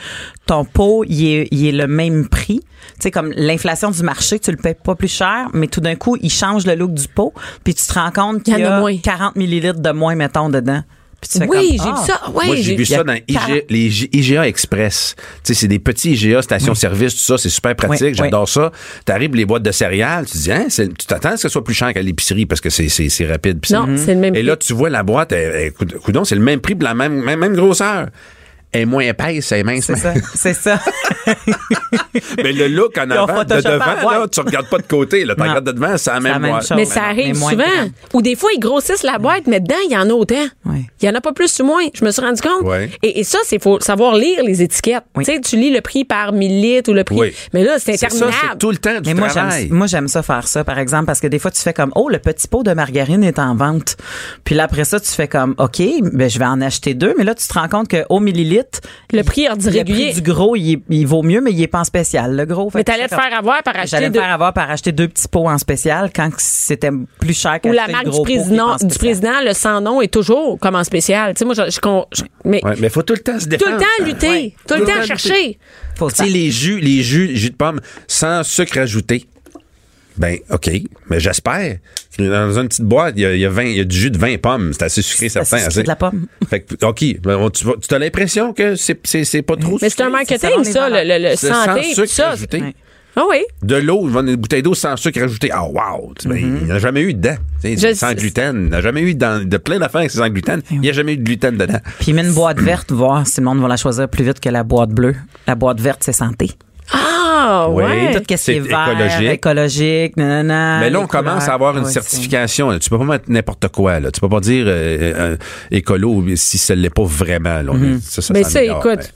[SPEAKER 4] ton pot il est, il est le même prix. Tu sais comme l'inflation du marché, tu le payes pas plus cher, mais tout d'un coup il change le look du pot, puis tu te rends compte
[SPEAKER 3] Il y
[SPEAKER 4] qu'il y
[SPEAKER 3] en a
[SPEAKER 4] a
[SPEAKER 3] moins.
[SPEAKER 4] 40 millilitres de moins mettons dedans. Puis tu fais
[SPEAKER 3] Oui, j'ai
[SPEAKER 4] comme, ah.
[SPEAKER 3] vu ça. Oui,
[SPEAKER 5] Moi, j'ai vu
[SPEAKER 4] il y a
[SPEAKER 5] ça dans IG,
[SPEAKER 4] 40.
[SPEAKER 5] les G- IGA Express. Tu sais, c'est des petits IGA stations-service, tout ça, c'est super pratique.
[SPEAKER 4] Oui, oui.
[SPEAKER 5] J'adore ça. T'arrives les boîtes de céréales, tu dis, hein, c'est- tu t'attends à ce que ce soit plus cher qu'à l'épicerie parce que c'est, c'est, c'est rapide. puis
[SPEAKER 3] Non,
[SPEAKER 4] Mm-hmm.
[SPEAKER 3] Mhm. c'est le même
[SPEAKER 5] Et
[SPEAKER 3] prix.
[SPEAKER 5] là, tu vois la boîte, elle- elle- coud- coudon, c'est le même prix, puis la même, même, même grosseur. Elle est moins épaisse, elle est mince.
[SPEAKER 4] C'est ça, c'est ça.
[SPEAKER 5] Mais le look en
[SPEAKER 4] Ils ont
[SPEAKER 5] avant, de
[SPEAKER 4] photoshopé
[SPEAKER 5] devant,
[SPEAKER 4] la boîte.
[SPEAKER 5] là, tu regardes pas de côté, là, tu
[SPEAKER 4] Non.
[SPEAKER 5] regardes de devant, c'est la même,
[SPEAKER 4] même
[SPEAKER 5] boîte.
[SPEAKER 4] chose.
[SPEAKER 3] Mais
[SPEAKER 4] Ben
[SPEAKER 3] ça
[SPEAKER 4] non,
[SPEAKER 3] arrive
[SPEAKER 4] mais moins de
[SPEAKER 3] souvent.
[SPEAKER 4] grammes.
[SPEAKER 3] Ou des fois, ils grossissent la boîte, mais dedans, il y en a autant.
[SPEAKER 4] Ouais.
[SPEAKER 3] Il y en a pas plus ou moins. Je me suis rendu compte.
[SPEAKER 5] Ouais.
[SPEAKER 3] Et, et ça, c'est faut savoir lire les étiquettes.
[SPEAKER 4] Oui.
[SPEAKER 3] Tu sais, tu lis le prix par millilitre ou le prix.
[SPEAKER 5] Oui.
[SPEAKER 3] Mais là, c'est
[SPEAKER 5] C'est ça, c'est
[SPEAKER 3] interminable.
[SPEAKER 5] tout le temps du
[SPEAKER 4] Mais moi
[SPEAKER 5] travail.
[SPEAKER 4] j'aime, moi j'aime ça faire ça par exemple parce que des fois tu fais comme oh le petit pot de margarine est en vente. Puis là après ça tu fais comme OK, ben je vais en acheter deux mais là tu te rends compte que au millilitre
[SPEAKER 3] Le prix ordi
[SPEAKER 4] le
[SPEAKER 3] régulier.
[SPEAKER 4] prix du gros il, est- il vaut mieux mais il est pas en spécial le gros. Fait
[SPEAKER 3] mais
[SPEAKER 4] que
[SPEAKER 3] t'allais
[SPEAKER 4] je
[SPEAKER 3] te
[SPEAKER 4] fais comme-
[SPEAKER 3] faire avoir par acheter
[SPEAKER 4] J'allais
[SPEAKER 3] de,
[SPEAKER 4] me faire avoir par acheter deux petits pots en spécial quand que c'était plus cher que
[SPEAKER 3] ou la marque du président, du président, le sans nom est toujours comme en spécial. Tu sais, moi, je, je con- je- mais
[SPEAKER 5] Ouais, mais faut tout le temps se
[SPEAKER 3] tout
[SPEAKER 5] défendre.
[SPEAKER 3] le temps lutter,
[SPEAKER 5] Ouais.
[SPEAKER 3] tout le temps chercher.
[SPEAKER 4] Faut
[SPEAKER 5] Tu sais, les jus, les jus, jus de pomme sans sucre ajouté. Ben, OK. Mais j'espère. Dans une petite boîte, il y a, il y a 20 il y a du jus de 20 pommes. C'est assez sucré,
[SPEAKER 4] C'est assez
[SPEAKER 5] certain. hein,
[SPEAKER 4] sucré de la pomme.
[SPEAKER 5] Fait que, OK. Ben, on- tu, vas- tu as l'impression que c'est- c'est c'est pas trop
[SPEAKER 3] Mais c'est un
[SPEAKER 5] sucré.
[SPEAKER 3] marketing,
[SPEAKER 4] C'est
[SPEAKER 3] ça,
[SPEAKER 4] selon les
[SPEAKER 3] le, le- le
[SPEAKER 5] C'est
[SPEAKER 3] santé.
[SPEAKER 5] sans
[SPEAKER 3] tout
[SPEAKER 5] sucre
[SPEAKER 3] ça.
[SPEAKER 5] ajouté.
[SPEAKER 4] Ouais.
[SPEAKER 3] Ah oui.
[SPEAKER 5] De l'eau, une bouteille d'eau sans sucre ajouté. Ah, wow! Tu sais, ben, Il n'y en a jamais eu dedans. Tu sais,
[SPEAKER 3] Je-
[SPEAKER 5] sans gluten. Il n'y en a jamais eu dans, de plein d'affaires avec sans gluten. Il n'y a jamais eu de gluten dedans.
[SPEAKER 4] Puis mets une boîte verte, voir si le monde va la choisir plus vite que la boîte bleue. La boîte verte, c'est santé.
[SPEAKER 3] Ah,
[SPEAKER 5] Oui.
[SPEAKER 3] ouais.
[SPEAKER 4] Tout ce qui
[SPEAKER 5] C'est
[SPEAKER 4] est vert,
[SPEAKER 5] écologique.
[SPEAKER 4] écologique, nanana,
[SPEAKER 5] Mais là, on
[SPEAKER 4] les
[SPEAKER 5] commence
[SPEAKER 4] couleurs.
[SPEAKER 5] à avoir une
[SPEAKER 4] Ouais,
[SPEAKER 5] certification. là. Tu peux pas mettre n'importe quoi. Là. Tu peux pas dire euh, euh, écolo si ce l'est pas vraiment. là. On est- ça, ça
[SPEAKER 3] Mhm. Mais
[SPEAKER 5] s'en
[SPEAKER 3] ça,
[SPEAKER 5] améliore,
[SPEAKER 3] écoute.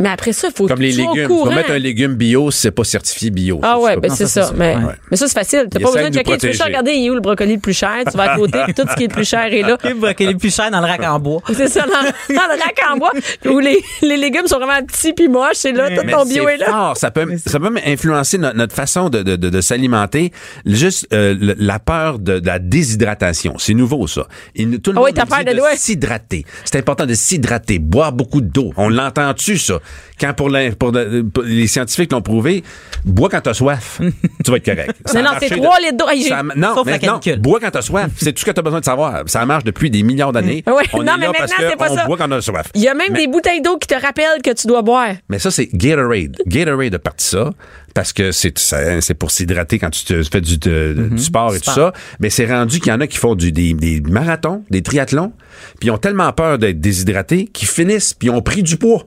[SPEAKER 3] Mais après ça, il faut
[SPEAKER 5] mais- Comme les
[SPEAKER 3] que tu sois au
[SPEAKER 5] légumes. Tu
[SPEAKER 3] courant.
[SPEAKER 5] vas mettre un légume bio si c'est pas certifié bio.
[SPEAKER 3] Ah
[SPEAKER 5] Ça,
[SPEAKER 3] ouais,
[SPEAKER 5] tu
[SPEAKER 3] ben
[SPEAKER 5] peux
[SPEAKER 3] c'est
[SPEAKER 5] pas.
[SPEAKER 3] ça.
[SPEAKER 4] ça,
[SPEAKER 3] Mais,
[SPEAKER 4] ouais.
[SPEAKER 3] mais ça, c'est facile. T'as
[SPEAKER 5] Il
[SPEAKER 3] pas
[SPEAKER 5] essaie
[SPEAKER 3] besoin de
[SPEAKER 5] de nous
[SPEAKER 3] checker. Tu peux juste
[SPEAKER 5] protéger.
[SPEAKER 3] regarder il est où le brocoli le plus cher. Tu vas à côté, tout ce qui est le plus cher est là.
[SPEAKER 4] ouais. Ok, les plus chers dans le rack en bois.
[SPEAKER 3] C'est ça, dans, dans le rack en bois, où les, les légumes sont vraiment petits puis moches, c'est là, tout
[SPEAKER 5] Mais
[SPEAKER 3] ton bio
[SPEAKER 5] c'est
[SPEAKER 3] est là.
[SPEAKER 5] fort. Ça peut, ça peut même influencer no- notre, façon de, de- de- de s'alimenter. Juste euh, le- la peur de, de la déshydratation. C'est nouveau, ça. Et nous- tout le
[SPEAKER 3] Ah oui,
[SPEAKER 5] monde
[SPEAKER 3] t'as
[SPEAKER 5] nous
[SPEAKER 3] peur
[SPEAKER 5] dit
[SPEAKER 3] de-
[SPEAKER 5] de
[SPEAKER 3] ouais.
[SPEAKER 5] s'hydrater. C'est important de s'hydrater, boire beaucoup d'eau. On l'entend-tu, ça? Quand pour, la- pour de- pour- les scientifiques l'ont prouvé, bois quand t'as soif, tu vas être correct. Ça a
[SPEAKER 3] non,
[SPEAKER 5] marché
[SPEAKER 3] c'est
[SPEAKER 5] de-
[SPEAKER 3] trois litres d'eau. Hey, j'ai-
[SPEAKER 5] ça a- Non,
[SPEAKER 4] sauf la
[SPEAKER 5] mais non,
[SPEAKER 4] canicule.
[SPEAKER 5] bois quand t'as soif. C'est tout ce que t'as besoin de savoir. Ça marche depuis des milliards d'années.
[SPEAKER 3] Ouais,
[SPEAKER 5] On
[SPEAKER 3] non,
[SPEAKER 5] est
[SPEAKER 3] mais
[SPEAKER 5] là parce
[SPEAKER 3] maintenant, c'est pas
[SPEAKER 5] qu'on
[SPEAKER 3] ça.
[SPEAKER 5] boit quand on a soif.
[SPEAKER 3] Il y a même des bouteilles d'eau qui te rappellent que tu dois boire.
[SPEAKER 5] Mais ça, c'est Gatorade. Gatorade a parti ça parce que c'est ça- c'est pour s'hydrater quand tu te, fais du, de- du sport et tout ça. Mais c'est rendu qu'il y en a qui font du, des, des marathons, des triathlons, puis ils ont tellement peur d'être déshydratés qu'ils finissent, puis ils ont pris du poids.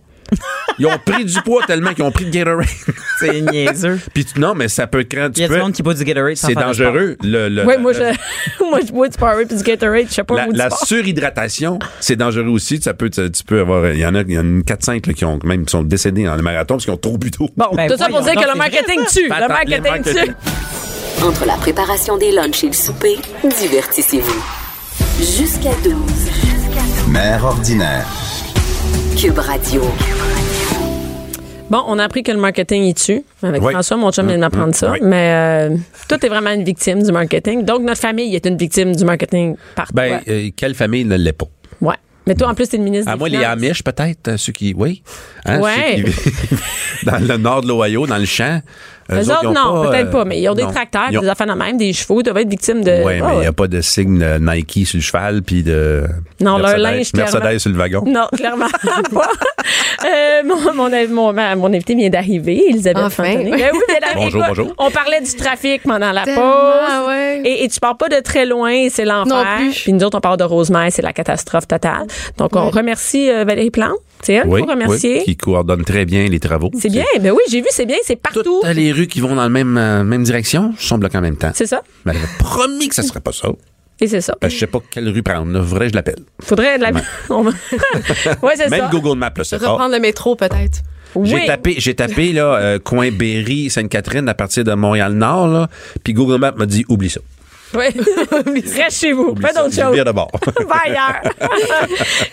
[SPEAKER 5] Ils ont pris du poids tellement qu'ils ont pris de Gatorade.
[SPEAKER 4] C'est niaiseux.
[SPEAKER 5] puis tu- non, mais ça peut craindre.
[SPEAKER 4] Il y a du monde qui boit du Gatorade sans
[SPEAKER 5] C'est
[SPEAKER 4] faire de sport.
[SPEAKER 5] dangereux. Le, le-
[SPEAKER 3] Oui, moi,
[SPEAKER 5] le-
[SPEAKER 3] je, moi, je bois du Powerade puis du Gatorade. Je sais pas
[SPEAKER 5] ben, la,
[SPEAKER 3] où du
[SPEAKER 5] la
[SPEAKER 3] sport.
[SPEAKER 5] surhydratation, c'est dangereux aussi. Ça peut, tu, tu peux avoir, il y en a, il y en a une 4-5 là, qui ont même qui sont décédés dans le marathon parce qu'ils ont trop bu d'eau.
[SPEAKER 3] Bon,
[SPEAKER 4] Ben,
[SPEAKER 3] tout ça pour
[SPEAKER 4] voyons
[SPEAKER 3] dire que
[SPEAKER 4] donc,
[SPEAKER 3] le
[SPEAKER 4] c'est vrai,
[SPEAKER 3] marketing tue.
[SPEAKER 5] Ben,
[SPEAKER 3] Le
[SPEAKER 5] attends, les
[SPEAKER 3] marketing
[SPEAKER 5] marketing.
[SPEAKER 3] tue.
[SPEAKER 1] Entre la préparation des lunchs et le souper, divertissez-vous. Jusqu'à 12.
[SPEAKER 2] Mère ordinaire.
[SPEAKER 1] Cube Radio.
[SPEAKER 3] Bon, on a appris que le marketing est tue. Avec
[SPEAKER 5] Oui. Mm-hmm.
[SPEAKER 3] François, mon chum vient d'apprendre ça.
[SPEAKER 5] oui.
[SPEAKER 3] Mais euh, toi, t'es vraiment une victime du marketing. Donc, notre famille est une victime du marketing par
[SPEAKER 5] Ben,
[SPEAKER 3] toi.
[SPEAKER 5] euh, quelle famille ne l'est pas?
[SPEAKER 3] ouais. Mais toi, en plus, t'es le ministre
[SPEAKER 5] À
[SPEAKER 3] des
[SPEAKER 5] moi, les
[SPEAKER 3] Finances.
[SPEAKER 5] Amish, peut-être, euh, ceux qui. Oui. Hein,
[SPEAKER 3] Ouais.
[SPEAKER 5] ceux qui vivent dans le nord de l'Ohio, dans le champ.
[SPEAKER 3] Eux autres,
[SPEAKER 5] ils ont
[SPEAKER 3] non,
[SPEAKER 5] pas,
[SPEAKER 3] peut-être
[SPEAKER 5] euh,
[SPEAKER 3] pas, mais ils ont des
[SPEAKER 5] non.
[SPEAKER 3] tracteurs,
[SPEAKER 5] Ils ont-
[SPEAKER 3] des affaires de même, des chevaux, ils doivent être victimes de.
[SPEAKER 5] Ouais,
[SPEAKER 3] Ah,
[SPEAKER 5] mais il n'y
[SPEAKER 3] ouais.
[SPEAKER 5] a pas de signe euh, Nike sur le cheval, puis de.
[SPEAKER 3] Non, leur
[SPEAKER 5] Mercedes-
[SPEAKER 3] linge, clairement.
[SPEAKER 5] Mercedes sur le wagon.
[SPEAKER 3] Non, clairement pas. Euh, mon, mon, mon, ma- mon invité vient d'arriver, Elisabeth
[SPEAKER 6] Enfin.
[SPEAKER 3] Fantoni. Ben oui, t'es là.
[SPEAKER 5] Bonjour,
[SPEAKER 3] Écoute,
[SPEAKER 5] bonjour.
[SPEAKER 3] On parlait du trafic pendant la
[SPEAKER 6] Tellement,
[SPEAKER 3] pause.
[SPEAKER 6] ouais.
[SPEAKER 3] Et, et tu pars pas de très loin, c'est l'enfer.
[SPEAKER 6] Non plus.
[SPEAKER 3] Puis nous autres, on part de Rosemère, c'est la catastrophe totale. Donc, on
[SPEAKER 6] Ouais.
[SPEAKER 3] remercie euh, Valérie Plante. C'est elle
[SPEAKER 5] Oui,
[SPEAKER 3] qu'il faut remercier.
[SPEAKER 5] oui, qui coordonne très bien les travaux.
[SPEAKER 3] C'est bien, ben oui, j'ai vu, c'est bien, c'est
[SPEAKER 5] Toutes
[SPEAKER 3] partout.
[SPEAKER 5] les rues qui vont dans la même, euh, même direction sont bloquées en même temps.
[SPEAKER 3] C'est ça.
[SPEAKER 5] Mais elle avait promis que ça serait pas ça.
[SPEAKER 3] Et c'est ça.
[SPEAKER 5] Parce que je sais pas quelle rue prendre. là. Faudrait que je l'appelle.
[SPEAKER 3] Faudrait de la. On- ouais, c'est
[SPEAKER 5] Même
[SPEAKER 3] ça.
[SPEAKER 5] Google Maps, là, c'est pas.
[SPEAKER 6] Reprendre le métro, peut-être.
[SPEAKER 5] J'ai
[SPEAKER 3] Oui.
[SPEAKER 5] tapé, j'ai tapé là, euh, coin Berry, Sainte-Catherine à partir de Montréal-Nord, là, puis Google Maps m'a dit oublie ça.
[SPEAKER 3] Ouais. Reste chez vous.
[SPEAKER 5] Oublie
[SPEAKER 3] Fais
[SPEAKER 5] ça,
[SPEAKER 3] d'autres
[SPEAKER 5] je
[SPEAKER 3] choses.
[SPEAKER 5] viens de bord.
[SPEAKER 3] Va ailleurs.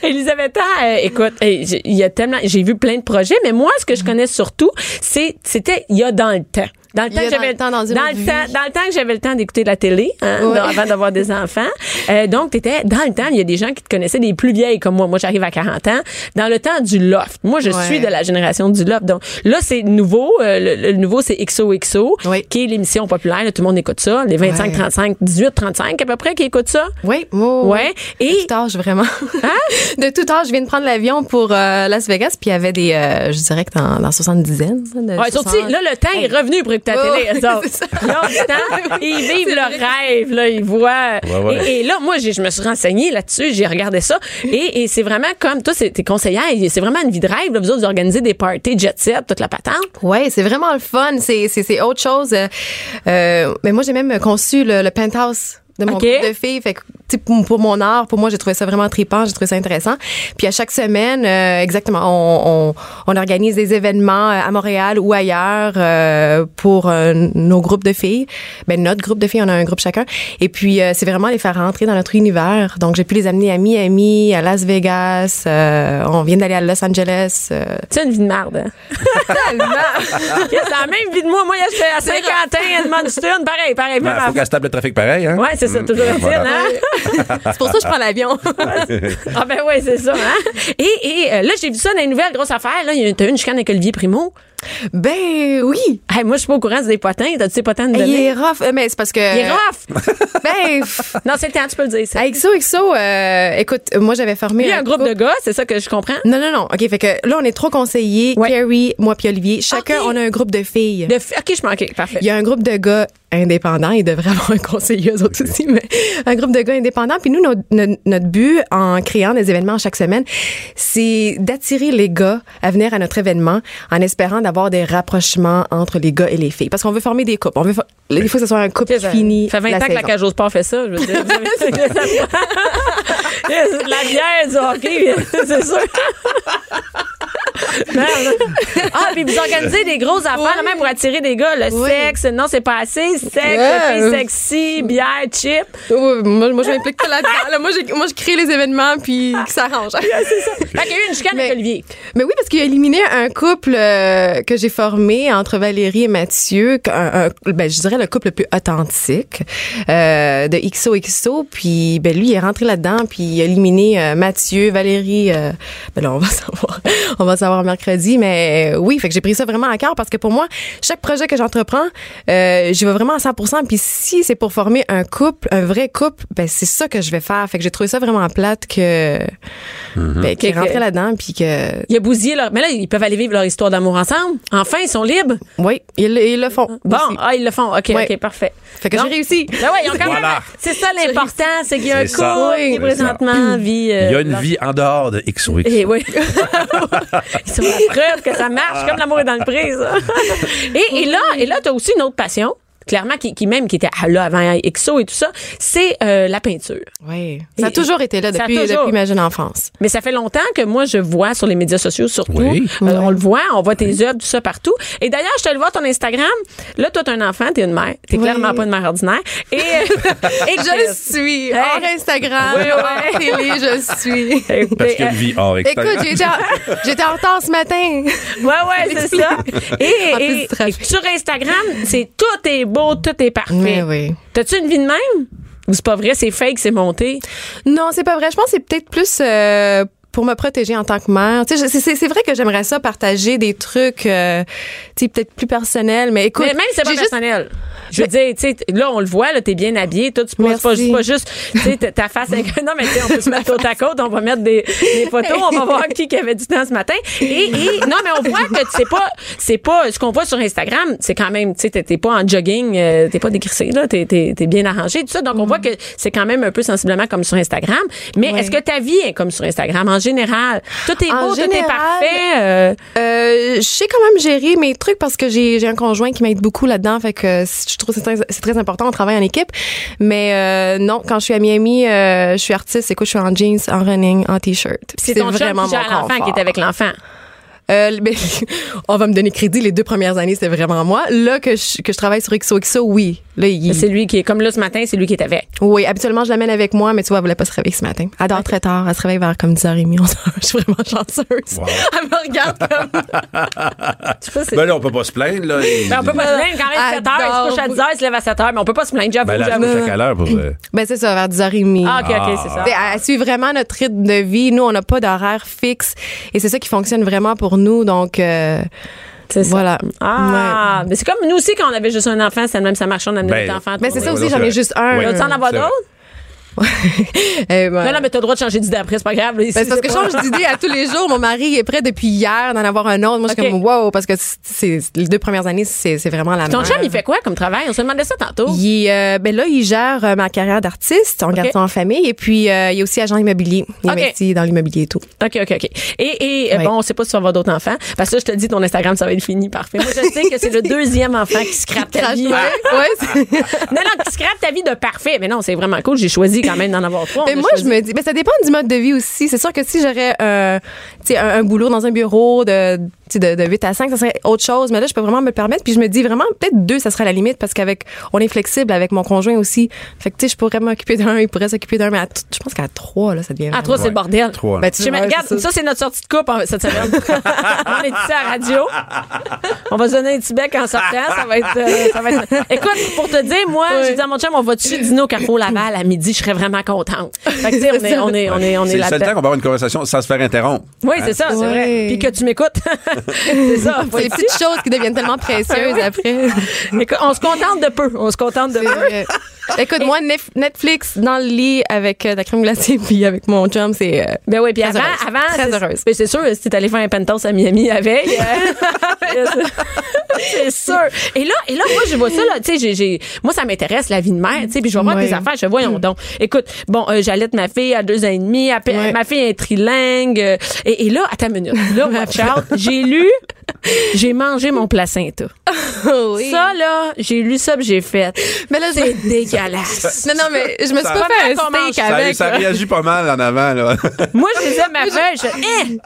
[SPEAKER 3] Elisabeth, euh, écoute, hey, j'ai- il y a tellement, j'ai vu plein de projets, mais moi, ce que
[SPEAKER 6] Mm-hmm.
[SPEAKER 3] je connais surtout, c'est, c'était il y a dans le temps. Dans le
[SPEAKER 6] Il
[SPEAKER 3] temps
[SPEAKER 6] y a
[SPEAKER 3] que
[SPEAKER 6] dans
[SPEAKER 3] j'avais
[SPEAKER 6] le temps, dans une
[SPEAKER 3] le
[SPEAKER 6] autre
[SPEAKER 3] temps-
[SPEAKER 6] vie.
[SPEAKER 3] dans le temps que j'avais le temps d'écouter la télé hein,
[SPEAKER 6] Ouais.
[SPEAKER 3] dans- avant d'avoir des enfants. Euh, donc t'étais dans le temps, il y a des gens qui te connaissaient des plus vieilles comme moi. Moi j'arrive à 40 ans. Dans le temps du loft. Moi je
[SPEAKER 6] Ouais.
[SPEAKER 3] suis de la génération du loft. Donc là c'est nouveau, Euh, le, le nouveau c'est XOXO
[SPEAKER 6] Oui.
[SPEAKER 3] qui est l'émission populaire, là, tout le monde écoute ça, les 25
[SPEAKER 6] Ouais.
[SPEAKER 3] 35 18 35 à peu près qui écoutent ça.
[SPEAKER 6] Oui, oh,
[SPEAKER 3] Ouais. Et Hein?
[SPEAKER 6] De tout âge, vraiment. de tout âge, je viens de prendre l'avion pour euh, Las Vegas, puis il y avait des, euh, je dirais que dans, dans soixante-dizaine. là, de
[SPEAKER 3] Ouais,
[SPEAKER 6] 60.
[SPEAKER 3] surtout, là, le temps est revenu pour écouter la
[SPEAKER 6] Oh,
[SPEAKER 3] télé, eux autres.
[SPEAKER 6] c'est ça.
[SPEAKER 3] Ils ont le temps, ils vivent
[SPEAKER 6] C'est
[SPEAKER 3] leur
[SPEAKER 6] vrai.
[SPEAKER 3] rêve, là, ils voient.
[SPEAKER 5] Ouais, ouais.
[SPEAKER 3] Et, et là, moi, j'ai- je me suis renseignée là-dessus, j'ai regardé ça. Et, et c'est vraiment comme, toi, c'est- t'es conseillère, et c'est vraiment une vie de rêve, là, vous autres, vous organisez des parties, jet set, toute la patente.
[SPEAKER 6] Ouais, c'est vraiment le fun. C'est, c'est, c'est autre chose. Euh, euh, mais moi, j'ai même conçu le, le penthouse de mon
[SPEAKER 3] Ok.
[SPEAKER 6] groupe de filles. Fait que, tu sais, pour, pour mon art, pour moi, j'ai trouvé ça vraiment tripant, j'ai trouvé ça intéressant. Puis à chaque semaine, euh, exactement, on, on, on organise des événements euh, à Montréal ou ailleurs euh, pour euh, nos groupes de filles. Ben notre groupe de filles, on a un groupe chacun. Et puis euh, c'est vraiment les faire rentrer dans notre univers. Donc j'ai pu les amener à Miami, à Las Vegas. euh, on vient d'aller à Los Angeles. euh,
[SPEAKER 3] C'est une vie de merde. C'est la même vie de moi. Moi, j'étais à Saint-Quentin, Edmundston, pareil, pareil.
[SPEAKER 5] Ben,
[SPEAKER 3] même
[SPEAKER 5] faut qu'elle se tape le trafic pareil, hein?
[SPEAKER 3] Ouais, c'est ça, toujours
[SPEAKER 5] Mm,
[SPEAKER 3] utile,
[SPEAKER 5] voilà.
[SPEAKER 3] hein?
[SPEAKER 6] c'est pour ça que je prends l'avion.
[SPEAKER 3] Ah ben oui, c'est ça, hein? Et, et euh, là, j'ai vu ça dans les nouvelles, grosse affaire. Là, il y a- t'as eu une chicane avec Olivier Primo.
[SPEAKER 6] Ben oui.
[SPEAKER 3] Hey, moi, je suis pas au courant c'est des potins. T'as-tu des potins de
[SPEAKER 6] Il
[SPEAKER 3] donner?
[SPEAKER 6] est rough. Euh, Mais c'est parce que.
[SPEAKER 3] Il est rough!
[SPEAKER 6] Ben, pff,
[SPEAKER 3] non, c'est le temps, tu peux le dire. ça.
[SPEAKER 6] à XOXO, euh, écoute, moi, j'avais formé.
[SPEAKER 3] Il y a un groupe de gars, c'est ça que je comprends?
[SPEAKER 6] Non, non, non. OK, fait que là, on est trois conseillers,
[SPEAKER 3] Ouais.
[SPEAKER 6] Carrie, moi puis Olivier. Chacun,
[SPEAKER 3] Ok.
[SPEAKER 6] on a un groupe de filles.
[SPEAKER 3] De fi- OK, je manquais. Parfait.
[SPEAKER 6] Il y a un groupe de gars indépendants. Ils devraient avoir un conseiller, eux autres aussi, mais un groupe de gars indépendants. Puis nous, notre, notre- notre but en créant des événements chaque semaine, c'est d'attirer les gars à venir à notre événement en espérant d'avoir des rapprochements entre les gars et les filles. Parce qu'on veut former des couples. On veut for- Il faut que ce soit un couple
[SPEAKER 3] Ok, ça-
[SPEAKER 6] fini.
[SPEAKER 3] Ça fait 20
[SPEAKER 6] la
[SPEAKER 3] ans que la
[SPEAKER 6] saison.
[SPEAKER 3] cage au sport fait ça. Je veux dire, Vous avez- la bière, du hockey, c'est sûr. Merde. Ah, puis vous organisez des grosses affaires, là, même pour attirer des gars. Le
[SPEAKER 6] Oui.
[SPEAKER 3] sexe, non, c'est pas assez. Sexe,
[SPEAKER 6] Ouais.
[SPEAKER 3] filles sexy, bière, chip.
[SPEAKER 6] Oh, moi, moi, je m'implique pas là-dedans. là. moi, j'ai- moi, je crée les événements, puis que ça arrange.
[SPEAKER 3] Fait qu'il y a eu une chicane
[SPEAKER 6] Mais-
[SPEAKER 3] avec Olivier.
[SPEAKER 6] Mais oui, parce qu'il a éliminé un couple euh, que j'ai formé entre Valérie et Mathieu, qu'un- un, ben, je dirais le couple le plus authentique euh, de XOXO. Puis ben, lui, il est rentré là-dedans, puis il a éliminé euh, Mathieu, Valérie. euh, ben là, on va savoir, on va savoir mercredi. Mais euh, oui, fait que j'ai pris ça vraiment à cœur parce que pour moi, chaque projet que j'entreprends, euh, j'y vais vraiment à 100%. Puis si c'est pour former un couple, un vrai couple, ben c'est ça que je vais faire. Fait que j'ai trouvé ça vraiment plate que ben, qu'il est
[SPEAKER 3] Que-
[SPEAKER 6] rentré
[SPEAKER 3] que-
[SPEAKER 6] là-dedans, puis que
[SPEAKER 3] Il a bousillé leur. Mais là, ils peuvent aller vivre leur histoire d'amour ensemble. Enfin, ils sont libres.
[SPEAKER 6] Oui, ils, le- ils le font.
[SPEAKER 3] Bon,
[SPEAKER 6] aussi.
[SPEAKER 3] ah, ils le font. OK,
[SPEAKER 6] Ouais.
[SPEAKER 3] OK, parfait.
[SPEAKER 6] Fait que j'ai réussi.
[SPEAKER 3] Ben ouais, ils ont quand même-
[SPEAKER 5] Voilà.
[SPEAKER 3] C'est ça l'important, c'est qu'il y a un
[SPEAKER 5] C'est ça.
[SPEAKER 3] couple qui
[SPEAKER 5] Oui. C'est ça.
[SPEAKER 3] présentement vit. euh,
[SPEAKER 5] Il y a une
[SPEAKER 3] leur-
[SPEAKER 5] vie en dehors de XOX.
[SPEAKER 3] Et Eh oui. Ils sont la preuve que ça
[SPEAKER 6] Ah.
[SPEAKER 3] marche, comme l'amour est dans le prix, ça. et, et là, et là, t'as aussi une autre passion, clairement, qui, qui même, qui était ah, là avant EXO et tout ça, c'est euh, la peinture.
[SPEAKER 6] Oui. Ça a
[SPEAKER 3] Et-
[SPEAKER 6] toujours été là
[SPEAKER 3] Ça a
[SPEAKER 6] depuis,
[SPEAKER 3] toujours-
[SPEAKER 6] depuis ma jeune enfance.
[SPEAKER 3] Mais ça fait longtemps que moi, je vois sur les médias sociaux, surtout.
[SPEAKER 5] Oui.
[SPEAKER 3] Euh, on le voit, on voit tes œuvres, tout ça partout. Et d'ailleurs, je te le vois, ton Instagram. Là, toi, t'es un enfant, t'es une mère. T'es
[SPEAKER 6] Oui.
[SPEAKER 3] clairement pas une mère ordinaire. Et, euh, et
[SPEAKER 6] Je suis
[SPEAKER 3] Hey.
[SPEAKER 6] hors Instagram,
[SPEAKER 3] Oui, oui.
[SPEAKER 6] hors télé, je suis.
[SPEAKER 5] Parce qu'il y a une vie hors
[SPEAKER 6] Écoute,
[SPEAKER 5] extérieur.
[SPEAKER 6] j'étais en, j'étais en retard ce matin.
[SPEAKER 3] euh, Ouais, ouais, c'est ça. Et,
[SPEAKER 6] En plus
[SPEAKER 3] et,
[SPEAKER 6] du trafic.
[SPEAKER 3] et sur Instagram, c'est tout est beau, tout est parfait.
[SPEAKER 6] Mais oui.
[SPEAKER 3] T'as-tu une vie de même? Ou c'est pas vrai, c'est fake, c'est monté?
[SPEAKER 6] Non, c'est pas vrai. Je pense que c'est peut-être plus euh, pour me protéger en tant que mère. Tu sais, je- c'est- c'est c'est vrai que j'aimerais ça partager des trucs, euh, tu sais, peut-être plus personnels. Mais écoute,
[SPEAKER 3] mais même si c'est pas
[SPEAKER 6] j'ai juste-
[SPEAKER 3] personnel. Je veux dire, tu sais, là, on le voit, là, t'es bien habillé, tout, c'est pas, c'est pas,
[SPEAKER 6] Merci.
[SPEAKER 3] c'est pas juste, tu sais, ta- ta face, avec- non, mais tu sais, on peut se mettre côte à côte, on va mettre des, des photos, on va voir qui, qui avait du temps ce matin. Et, et- non, mais on voit que c'est pas, c'est pas, ce qu'on voit sur Instagram, c'est quand même, tu sais, t'es- t'es pas en jogging, euh, t'es pas décrissé, là, t'es, t'es, t'es bien arrangé, tout ça. Donc,
[SPEAKER 6] Mm.
[SPEAKER 3] on voit que c'est quand même un peu sensiblement comme sur Instagram. Mais
[SPEAKER 6] Ouais.
[SPEAKER 3] est-ce que ta vie est comme sur Instagram, en général? Tout est
[SPEAKER 6] En
[SPEAKER 3] beau, tout est
[SPEAKER 6] général,
[SPEAKER 3] parfait. euh,
[SPEAKER 6] Euh, je sais quand même gérer mes trucs parce que j'ai j'ai un conjoint qui m'aide beaucoup là-dedans. Fait que c- je trouve que c'est très- c'est très important. On travaille en équipe. Mais euh, non, quand je suis à Miami, euh, je suis artiste. Écoute, je suis en jeans, en running, en t-shirt. Puis
[SPEAKER 3] c'est ton chum qui gère l'enfant qui est avec l'enfant.
[SPEAKER 6] Euh, ben, on va me donner crédit. Les deux premières années, c'était vraiment moi. Là que je, que je travaille sur XOXO, oui. Là, il-
[SPEAKER 3] C'est lui qui est, comme là ce matin, c'est lui qui est avec.
[SPEAKER 6] oui, habituellement, je l'amène avec moi, mais tu vois, elle voulait pas se réveiller ce matin. Elle dort très tard. Elle se réveille vers comme 10h30, 11h. Je suis vraiment chanceuse. Elle me regarde comme...
[SPEAKER 3] Tu sais, c'est-
[SPEAKER 5] Ben là, on peut pas se plaindre. Là.
[SPEAKER 3] Ben, on peut pas se plaindre quand même 7 heures, il se couche à 10 heures, il se lève à 7 heures, mais on peut pas se plaindre, j'avoue,
[SPEAKER 5] Ben là,
[SPEAKER 3] j'avoue.
[SPEAKER 5] je suis à l'heure pour... euh,
[SPEAKER 6] Ben, c'est ça, vers 10h30.
[SPEAKER 3] Ah, ok, ok, c'est ça.
[SPEAKER 6] T'sais, Elle suit vraiment notre rythme de vie. Nous, on n'a pas d'horaire fixe et c'est ça qui fonctionne vraiment pour nous. Donc, euh,
[SPEAKER 3] C'est ça.
[SPEAKER 6] voilà.
[SPEAKER 3] Ah, mais c'est comme nous aussi quand on avait juste un enfant, c'était le même, ça marchait, on amenait
[SPEAKER 5] Ben,
[SPEAKER 3] notre enfant.
[SPEAKER 6] Mais c'est
[SPEAKER 5] Oui,
[SPEAKER 6] ça
[SPEAKER 5] oui,
[SPEAKER 6] aussi, j'en ai
[SPEAKER 5] c'est-
[SPEAKER 6] juste un.
[SPEAKER 5] oui.
[SPEAKER 3] Tu en avoir
[SPEAKER 5] C'est vrai.
[SPEAKER 3] d'autres?
[SPEAKER 6] Eh ben,
[SPEAKER 3] Non, non, mais t'as le droit de changer d'idée après, c'est pas grave. là, ici,
[SPEAKER 6] ben, c'est parce
[SPEAKER 3] c'est
[SPEAKER 6] que je
[SPEAKER 3] pas-
[SPEAKER 6] change d'idée à tous les jours. Mon mari est prêt depuis hier d'en avoir un autre. Moi, je suis
[SPEAKER 3] Ok.
[SPEAKER 6] comme, wow, parce que c'est- c'est- les deux premières années, c'est c'est vraiment la
[SPEAKER 3] Ton
[SPEAKER 6] merde.
[SPEAKER 3] chum, il fait quoi comme travail? On se demandait ça tantôt.
[SPEAKER 6] Il, euh, ben là, il gère euh, ma carrière d'artiste. On garde ça en famille. Et puis, euh, il est aussi agent immobilier. Il
[SPEAKER 3] Ok.
[SPEAKER 6] investit dans l'immobilier et tout.
[SPEAKER 3] OK, OK, OK. Et, et euh,
[SPEAKER 6] Ouais.
[SPEAKER 3] bon, on sait pas si tu vas avoir d'autres enfants. Parce que là, je te dis, ton Instagram, ça va être fini. Parfait. Moi, je sais que c'est le deuxième enfant qui scrape ta vie.
[SPEAKER 6] Ouais,
[SPEAKER 5] Ah.
[SPEAKER 6] c'est-
[SPEAKER 3] Non, non, qui scrape ta vie de parfait. Mais non, c'est vraiment cool. J'ai choisi quand même d'en avoir trois.
[SPEAKER 6] Mais
[SPEAKER 3] On a
[SPEAKER 6] moi,
[SPEAKER 3] choisi-
[SPEAKER 6] je me dis, ben, ça dépend du mode de vie aussi. C'est sûr que si j'aurais euh, tu sais, un, un boulot dans un bureau de, tu sais, de, de 8 à 5, ça serait autre chose. Mais là, je peux vraiment me le permettre. Puis je me dis vraiment, peut-être deux, ça serait la limite parce qu'avec, on est flexible avec mon conjoint aussi. Fait que, tu sais, je pourrais m'occuper d'un, il pourrait s'occuper d'un. Mais à t- je pense qu'à trois, là, ça devient.
[SPEAKER 3] À
[SPEAKER 6] vraiment-
[SPEAKER 3] Ah, trois, c'est le bordel.
[SPEAKER 5] Trois.
[SPEAKER 6] Ben, tu
[SPEAKER 3] Je sais, mais
[SPEAKER 6] vois,
[SPEAKER 3] regarde,
[SPEAKER 6] c'est
[SPEAKER 3] ça,
[SPEAKER 6] ça.
[SPEAKER 3] c'est notre sortie de coupe en- cette semaine. on est ici à la radio. On va se donner un petit bec en sortant. Ça va être. euh, ça va être- Écoute, pour te dire, moi, j'ai dit à mon chum, on va dessus dîner au Carrefour Laval à midi. Je serais vraiment contente. Fait que, tu sais, on est, on est, on est, on est
[SPEAKER 5] C'est le seul temps
[SPEAKER 3] là-dedans.
[SPEAKER 5] qu'on va avoir une conversation sans se faire interrompre.
[SPEAKER 3] Oui, c'est ça, c'est
[SPEAKER 6] Ouais.
[SPEAKER 3] vrai. Puis que tu m'écoutes. C'est ça.
[SPEAKER 6] C'est des petites choses qui deviennent tellement précieuses après.
[SPEAKER 3] Écoute, on se contente de peu. On se contente de peu.
[SPEAKER 6] Euh, Écoute, moi, Nef- Netflix dans le lit avec euh, de la crème glacée puis avec mon chum, c'est. euh,
[SPEAKER 3] Ben oui, puis
[SPEAKER 6] Très
[SPEAKER 3] avant,
[SPEAKER 6] heureuse.
[SPEAKER 3] avant
[SPEAKER 6] Très
[SPEAKER 3] c'est-
[SPEAKER 6] heureuse.
[SPEAKER 3] Mais c'est sûr, si t'es allé faire un penthouse à Miami avec, euh, c'est sûr. Et là, et là, moi, je vois ça là, tu sais, j'ai- j'ai, moi, ça m'intéresse la vie de mère, tu sais, puis je vais voir
[SPEAKER 6] Ouais.
[SPEAKER 3] tes affaires, je vois, voyons donc. Écoute, bon, euh, j'allaite ma fille à deux ans et demi, à pe-
[SPEAKER 6] Ouais.
[SPEAKER 3] ma fille est trilingue, euh, et, et là, à ta minute, là, watch out, j'ai lu, j'ai mangé mon placenta. Ça là, j'ai lu ça, puis j'ai fait.
[SPEAKER 6] Mais là,
[SPEAKER 3] C'est
[SPEAKER 6] j'ai.
[SPEAKER 3] dégueulasse.
[SPEAKER 6] Non, non, mais je me suis
[SPEAKER 5] Ça-
[SPEAKER 6] pas fait
[SPEAKER 3] Ça-
[SPEAKER 6] un steak
[SPEAKER 3] ça-
[SPEAKER 5] Ça,
[SPEAKER 6] avec.
[SPEAKER 5] ça
[SPEAKER 6] là.
[SPEAKER 5] réagit pas mal en avant, là.
[SPEAKER 3] Moi, je les aime avant, je, eh,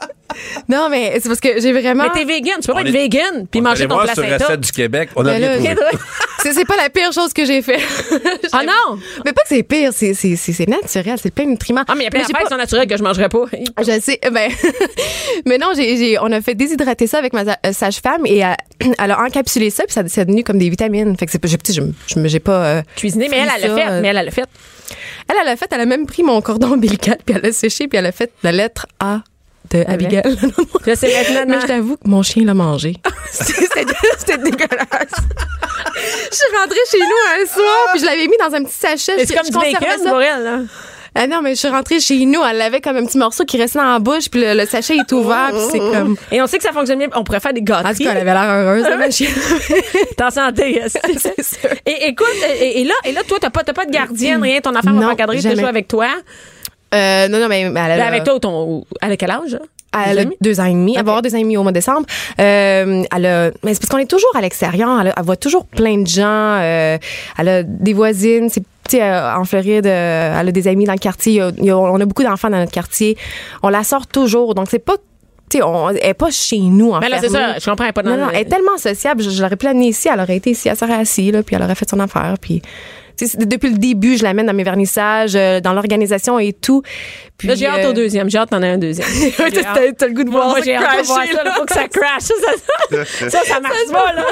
[SPEAKER 6] Non, mais c'est parce que j'ai vraiment.
[SPEAKER 3] mais t'es vegan, tu peux pas
[SPEAKER 5] On
[SPEAKER 3] être
[SPEAKER 5] est-
[SPEAKER 3] vegan puis
[SPEAKER 5] On est allé
[SPEAKER 3] manger ton
[SPEAKER 5] voir sur
[SPEAKER 3] placenta. Ben
[SPEAKER 5] Recette du Québec. On a
[SPEAKER 6] Mais
[SPEAKER 5] rien
[SPEAKER 6] là,
[SPEAKER 5] trouvé.
[SPEAKER 6] c'est c'est pas la pire chose que j'ai fait.
[SPEAKER 3] Ah non!
[SPEAKER 6] Mais pas que c'est pire, c'est- c'est c'est- c'est naturel, c'est plein de nutriments.
[SPEAKER 3] Ah, mais il y a plein
[SPEAKER 6] j'ai
[SPEAKER 3] d'affaires qui
[SPEAKER 6] pas-
[SPEAKER 3] sont naturelles que je mangerais pas.
[SPEAKER 6] Je sais, eh ben, mais non, j'ai, j'ai- on a fait déshydrater ça avec ma sa- euh, sage-femme et euh, elle a encapsulé ça puis ça, ça a devenu comme des vitamines. Fait que c'est pas, j'ai, petit, je, me- je me- j'ai pas. euh,
[SPEAKER 3] Cuisiner, mais elle, elle l'a
[SPEAKER 6] pris ça,
[SPEAKER 3] fait.
[SPEAKER 6] euh,
[SPEAKER 3] Mais elle, elle l'a fait.
[SPEAKER 6] Elle, elle a fait, elle a même pris mon cordon ombilical puis elle l'a séché puis elle a fait la lettre A de Abigail.
[SPEAKER 3] Je sais maintenant.
[SPEAKER 6] euh, mais je
[SPEAKER 3] Ah non.
[SPEAKER 6] t'avoue que mon chien l'a mangé. c'était, c'était dégueulasse. je suis rentrée chez nous un soir puis je l'avais mis dans un petit
[SPEAKER 3] Ah.
[SPEAKER 6] sachet.
[SPEAKER 3] Mais
[SPEAKER 6] Je-
[SPEAKER 3] C'est comme
[SPEAKER 6] je
[SPEAKER 3] du
[SPEAKER 6] conservais
[SPEAKER 3] bacon
[SPEAKER 6] ça.
[SPEAKER 3] pour elle. là.
[SPEAKER 6] Ah non, mais je suis rentrée chez nous, elle avait comme un petit morceau qui restait dans la bouche, puis le, le sachet est ouvert, puis
[SPEAKER 3] Oh.
[SPEAKER 6] c'est comme...
[SPEAKER 3] Et on sait que ça fonctionne bien. On pourrait faire des
[SPEAKER 6] En tout
[SPEAKER 3] gâteries.
[SPEAKER 6] cas, elle avait l'air heureuse,
[SPEAKER 3] Ah
[SPEAKER 6] la machine.
[SPEAKER 3] T'en santé. yes.
[SPEAKER 6] C'est sûr.
[SPEAKER 3] Et écoute, et, et là, et là, toi, t'as pas, t'as pas de gardienne, rien. Ton enfant va
[SPEAKER 6] Non,
[SPEAKER 3] pas encadrer, t'as
[SPEAKER 6] jamais.
[SPEAKER 3] joué avec toi.
[SPEAKER 6] Euh, non, non, mais elle
[SPEAKER 3] Ben,
[SPEAKER 6] avait...
[SPEAKER 3] avec toi, ou ton, ou- elle a quel âge? hein?
[SPEAKER 6] Ah, Elle
[SPEAKER 3] Deux
[SPEAKER 6] a
[SPEAKER 3] ans et demi?
[SPEAKER 6] deux ans et demi. Elle
[SPEAKER 3] Ok.
[SPEAKER 6] va avoir deux ans et demi au mois de décembre. Euh, elle a, mais c'est parce qu'on est toujours à l'extérieur. Elle, a- elle voit toujours plein de gens. Euh, elle a des voisines. C'est tu sais, euh, en Floride, euh, elle a des amis dans le quartier. Il y a- il y a- on a beaucoup d'enfants dans notre quartier. On la sort toujours. Donc c'est pas, tu sais, on elle est pas chez nous en
[SPEAKER 3] Mais Ben là, c'est ça. Je comprends elle est pas dans
[SPEAKER 6] Non, non, elle est tellement sociable. Je, je l'aurais pu l'amener ici. Elle aurait été ici. Elle serait assise, là, puis elle aurait fait son affaire. Puis, tu sais, c'est- depuis le début, je l'amène dans mes vernissages, euh, dans l'organisation et tout. Puis,
[SPEAKER 3] Là, j'ai hâte
[SPEAKER 6] euh,
[SPEAKER 3] au deuxième. J'ai hâte d'en avoir un deuxième.
[SPEAKER 6] T'as-
[SPEAKER 3] J'ai
[SPEAKER 6] t'as- t'as le goût de
[SPEAKER 3] Moi,
[SPEAKER 6] voir
[SPEAKER 3] moi,
[SPEAKER 6] ça
[SPEAKER 3] j'ai hâte de voir
[SPEAKER 6] crasher,
[SPEAKER 3] ça.
[SPEAKER 6] là.
[SPEAKER 3] Il faut que ça crash. Ça, ça, ça, ça marche pas, là.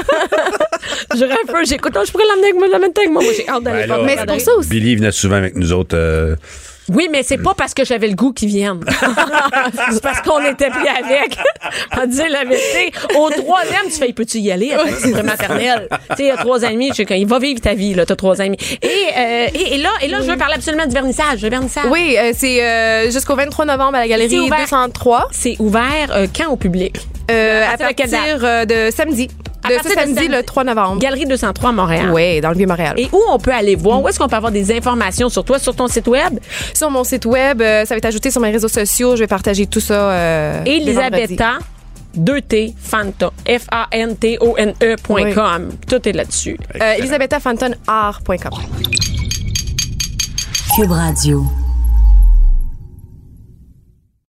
[SPEAKER 3] J'aurais un peu. J'écoute, non, je pourrais l'emmener avec moi, l'emmener avec moi. Moi, j'ai hâte d'aller
[SPEAKER 5] Ben
[SPEAKER 3] voir
[SPEAKER 5] là,
[SPEAKER 6] Mais c'est pour ça aussi.
[SPEAKER 5] Billy venait souvent avec nous autres. euh,
[SPEAKER 3] Oui, mais c'est pas parce que j'avais le goût qu'ils viennent. c'est parce qu'on était pris avec. On disait la vérité. Au troisième, tu fais, peux-tu y aller après c'est maternelle? Tu sais, il y a trois ans et demi, je sais, quand il va vivre ta vie, là, t'as trois ans et demi. Et, euh, et, et là, et là, je veux parler absolument du vernissage, le vernissage.
[SPEAKER 6] Oui, euh, c'est euh, jusqu'au 23 novembre à la
[SPEAKER 3] C'est
[SPEAKER 6] galerie
[SPEAKER 3] ouvert.
[SPEAKER 6] 203
[SPEAKER 3] C'est ouvert euh, quand au public?
[SPEAKER 6] euh, à
[SPEAKER 3] partir de quelle
[SPEAKER 6] partir euh, de samedi.
[SPEAKER 3] À
[SPEAKER 6] De ce
[SPEAKER 3] partir de
[SPEAKER 6] samedi,
[SPEAKER 3] samedi.
[SPEAKER 6] le 3 novembre.
[SPEAKER 3] Galerie 203 à Montréal.
[SPEAKER 6] Oui, dans le Vieux-Montréal.
[SPEAKER 3] Et où on peut aller voir? Où est-ce qu'on peut avoir des informations sur toi, sur ton site web?
[SPEAKER 6] Sur mon site web, euh, ça va être ajouté sur mes réseaux sociaux. Je vais partager tout ça. euh, dès vendredi.
[SPEAKER 3] Elisabetta 2T Fanta F-A-N-T-O-N-E.com. E Tout est là-dessus.
[SPEAKER 6] Euh, ElisabethaFantonArt.com.
[SPEAKER 1] Cube Radio.